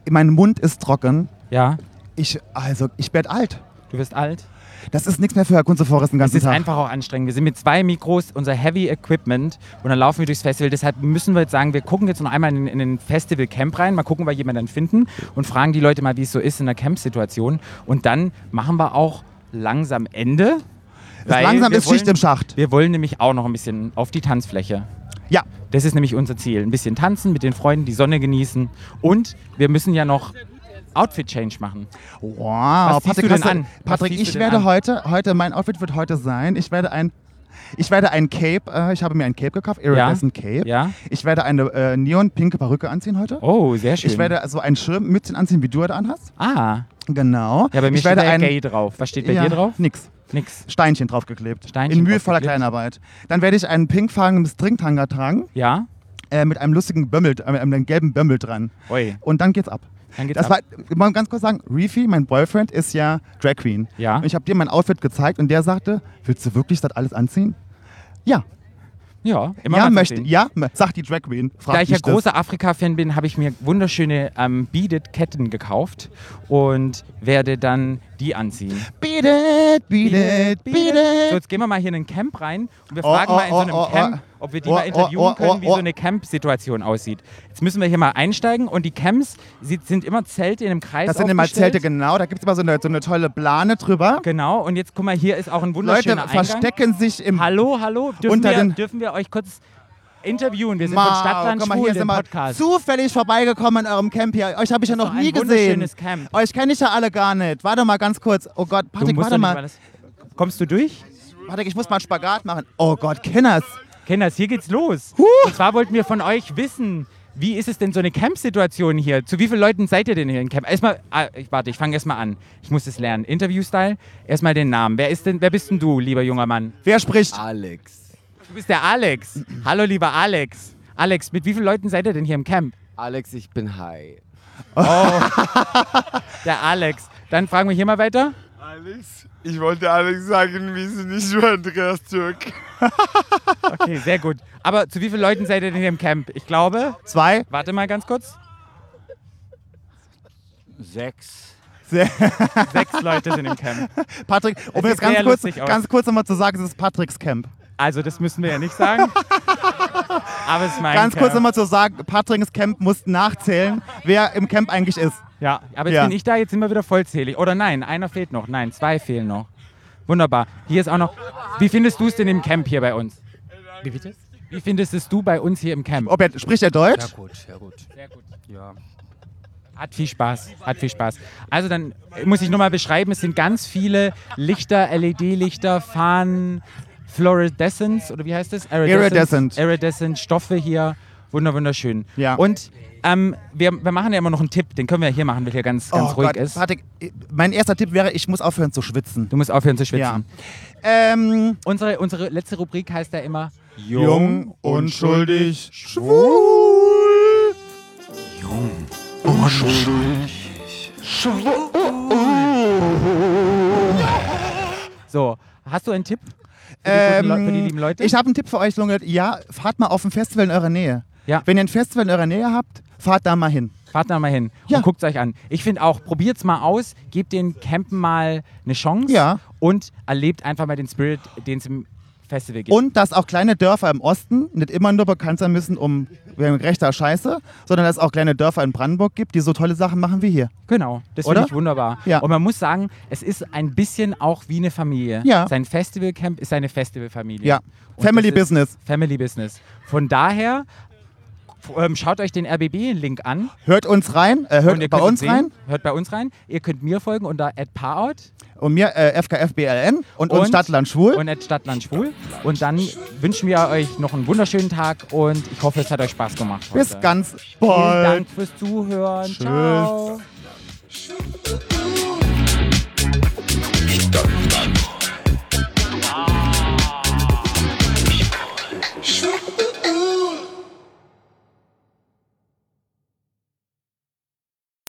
B: Mein Mund ist trocken.
A: Ja.
B: Ich, also, ich werde alt.
A: Du wirst alt?
B: Das ist nichts mehr für Herr Kunze Forrest den
A: Es
B: ganzen
A: ist
B: Tag.
A: einfach auch anstrengend. Wir sind mit zwei Mikros, unser Heavy Equipment und dann laufen wir durchs Festival. Deshalb müssen wir jetzt sagen, wir gucken jetzt noch einmal in, in den Festival Camp rein, mal gucken, ob wir jemanden finden und fragen die Leute mal, wie es so ist in der Camp-Situation. Und dann machen wir auch langsam Ende. weil
B: langsam
A: wir
B: ist Schicht im Schacht.
A: Wir wollen nämlich auch noch ein bisschen auf die Tanzfläche.
B: Ja.
A: Das ist nämlich unser Ziel. Ein bisschen tanzen, mit den Freunden die Sonne genießen. Und wir müssen ja noch Outfit-Change machen.
B: Wow,
A: Was ziehst
B: Genau, Patrick,
A: du denn
B: hast
A: an? Was
B: Patrick,
A: ziehst du
B: ich
A: denn
B: werde
A: an?
B: heute, heute, mein Outfit wird heute sein, ich werde ein, ich werde ein Cape, äh, ich habe mir ein Cape gekauft, Iridescent Cape.
A: Ja.
B: Ich werde eine äh, neonpinke Perücke anziehen heute.
A: Oh, sehr schön.
B: Ich werde so ein Schirmmützchen anziehen, wie du heute anhast.
A: Ah.
B: Genau.
A: Ja, bei mir
B: ich
A: steht
B: werde
A: da ja
B: ein-
A: gay drauf. Was steht bei
B: Ja,
A: dir drauf?
B: Nix.
A: Nix.
B: Steinchen draufgeklebt.
A: Steinchen
B: In mühevoller
A: draufgeklebt.
B: Kleinarbeit. Dann werde ich einen pinkfarbenen Stringtanga tragen.
A: Ja.
B: Äh, mit einem lustigen Bömmel, äh, mit einem gelben Bömmel dran.
A: Ui.
B: Und dann geht's ab.
A: Dann geht's
B: das
A: ab.
B: war, ich muss ganz kurz sagen, Reefy, mein Boyfriend, ist ja Drag Queen.
A: Ja.
B: Und ich habe dir mein Outfit gezeigt und der sagte, willst du wirklich das alles anziehen? Ja.
A: Ja, immer
B: ja,
A: mal
B: möchte,
A: sehen.
B: ja, mö- sagt die Drag Queen. Fragt
A: da ich ja
B: mich das.
A: großer Afrika-Fan bin, habe ich mir wunderschöne ähm, Beaded-Ketten gekauft und werde dann die anziehen.
B: Beat it, beat it, beat
A: So,
B: it.
A: jetzt gehen wir mal hier in ein Camp rein und wir
B: Oh,
A: fragen
B: oh,
A: mal in so einem
B: oh, oh,
A: Camp,
B: oh.
A: ob wir die
B: Oh,
A: mal interviewen
B: oh, oh,
A: können, wie
B: oh,
A: so
B: oh.
A: eine Camp-Situation aussieht. Jetzt müssen wir hier mal einsteigen und die Camps sie- sind immer Zelte in einem Kreis
B: Das sind immer
A: aufgestellt.
B: Zelte, genau. Da gibt es immer so eine, so eine tolle Plane drüber.
A: Genau, und jetzt guck mal, hier ist auch ein
B: Leute
A: wunderschöner Eingang.
B: verstecken sich im.
A: Hallo, hallo, dürfen
B: Unter
A: wir,
B: den-
A: dürfen wir euch kurz interviewen? Wir sind
B: Wow,
A: von Stadtland
B: guck mal,
A: Schwul,
B: hier sind
A: dem
B: wir
A: Podcast.
B: zufällig vorbeigekommen in eurem Camp hier. Euch habe ich ja noch
A: ein
B: nie gesehen.
A: wunderschönes Camp.
B: Euch kenne ich ja alle gar nicht. Warte mal ganz kurz. Oh Gott, Patrick,
A: musst
B: warte
A: doch nicht
B: mal.
A: mal das- Kommst du durch?
B: Patrick, ich muss mal einen Spagat machen. Oh Gott, Kinders.
A: Kinders, hier geht's los. Und zwar wollten wir von euch wissen, wie ist es denn so eine Camp-Situation hier? Zu wie vielen Leuten seid ihr denn hier im Camp? Erstmal, ah, ich warte, ich fange erstmal an. Ich muss es lernen. Interview-Style. Erstmal den Namen. Wer ist denn, wer bist denn du, lieber junger Mann?
B: Wer spricht?
S: Alex.
A: Du bist der Alex. Hallo, lieber Alex. Alex, mit wie vielen Leuten seid ihr denn hier im Camp?
S: Alex, ich bin high.
A: Oh. der Alex. Dann fragen wir hier mal weiter.
S: Alex? Ich wollte Alex sagen, wir sind nicht nur Andreas Türk.
A: Okay, sehr gut. Aber zu wie vielen Leuten seid ihr denn hier im Camp? Ich glaube.
B: Zwei.
A: Warte mal ganz kurz.
S: Sechs.
A: Sechs Leute sind im Camp.
B: Patrick,
A: Es
B: um
A: sieht
B: jetzt ganz
A: sehr
B: kurz,
A: lustig aus.
B: ganz kurz nochmal zu sagen, es ist Patricks Camp.
A: Also, das müssen wir ja nicht sagen. Aber es ist mein
B: ganz
A: Camp.
B: kurz nochmal zu sagen, Patricks Camp muss nachzählen, wer im Camp eigentlich ist.
A: Ja, aber jetzt
B: Ja.
A: bin ich da, jetzt sind wir wieder vollzählig. Oder nein, einer fehlt noch. Nein, zwei fehlen noch. Wunderbar. Hier ist auch noch. Wie findest du es denn im Camp hier bei uns? Wie bitte? Wie findest es du bei uns hier im Camp?
B: Ob er, spricht er Deutsch?
S: Sehr gut, sehr gut.
A: Sehr gut.
S: Ja.
A: Hat viel Spaß, hat viel Spaß. Also dann muss ich nochmal beschreiben, es sind ganz viele Lichter, E LED-Lichter, Fahnen, Fluorescence oder wie heißt das?
B: Iridescent.
A: Iridescent Stoffe hier Wunder, wunderschön. Ja. Und ähm, wir, wir machen ja immer noch einen Tipp, den können wir ja hier machen, weil hier ganz, ganz
B: oh
A: ruhig
B: Gott,
A: ist.
B: Warte, mein erster Tipp wäre, ich muss aufhören zu schwitzen.
A: Du musst aufhören zu schwitzen.
B: Ähm,
A: unsere, unsere letzte Rubrik heißt ja immer
B: Jung, unschuldig,
A: schwul.
C: Jung, unschuldig,
A: So, hast du einen Tipp für die, guten Leu- für die lieben Leute?
B: Ähm, Ich habe einen Tipp für euch, Lunge. Ja, fahrt mal auf ein Festival in eurer Nähe. Wenn ihr ein Festival in eurer Nähe habt, fahrt da mal hin.
A: Fahrt da mal hin und guckt es euch an. Ich finde auch, probiert es mal aus, gebt den Campen mal eine Chance und erlebt einfach mal den Spirit, den es im Festival gibt.
B: Und dass auch kleine Dörfer im Osten nicht immer nur bekannt sein müssen um wegen rechter Scheiße, sondern dass es auch kleine Dörfer in Brandenburg gibt, die so tolle Sachen machen wie hier.
A: Genau, das
B: Oder?
A: finde ich wunderbar.
B: Ja.
A: Und man muss sagen, es ist ein bisschen auch wie eine Familie.
B: Ja.
A: Sein Festivalcamp ist eine Festivalfamilie.
B: Ja.
A: Und
B: Family
A: das ist
B: Business.
A: Family Business. Von daher ähm, schaut euch den RBB-Link an.
B: Hört uns rein, äh, hört
A: Und ihr
B: bei
A: könnt
B: uns
A: sehen,
B: rein.
A: Hört bei uns rein. Ihr könnt mir folgen unter @parout
B: und mir äh, FKFBLN und, uns Stadtland schwul.
A: Und at Stadtland schwul. Und dann wünschen wir euch noch einen wunderschönen Tag und ich hoffe, es hat euch Spaß gemacht.
B: Bis
A: heute.
B: ganz
A: Vielen
B: bald.
A: Dank fürs Zuhören. Ciao.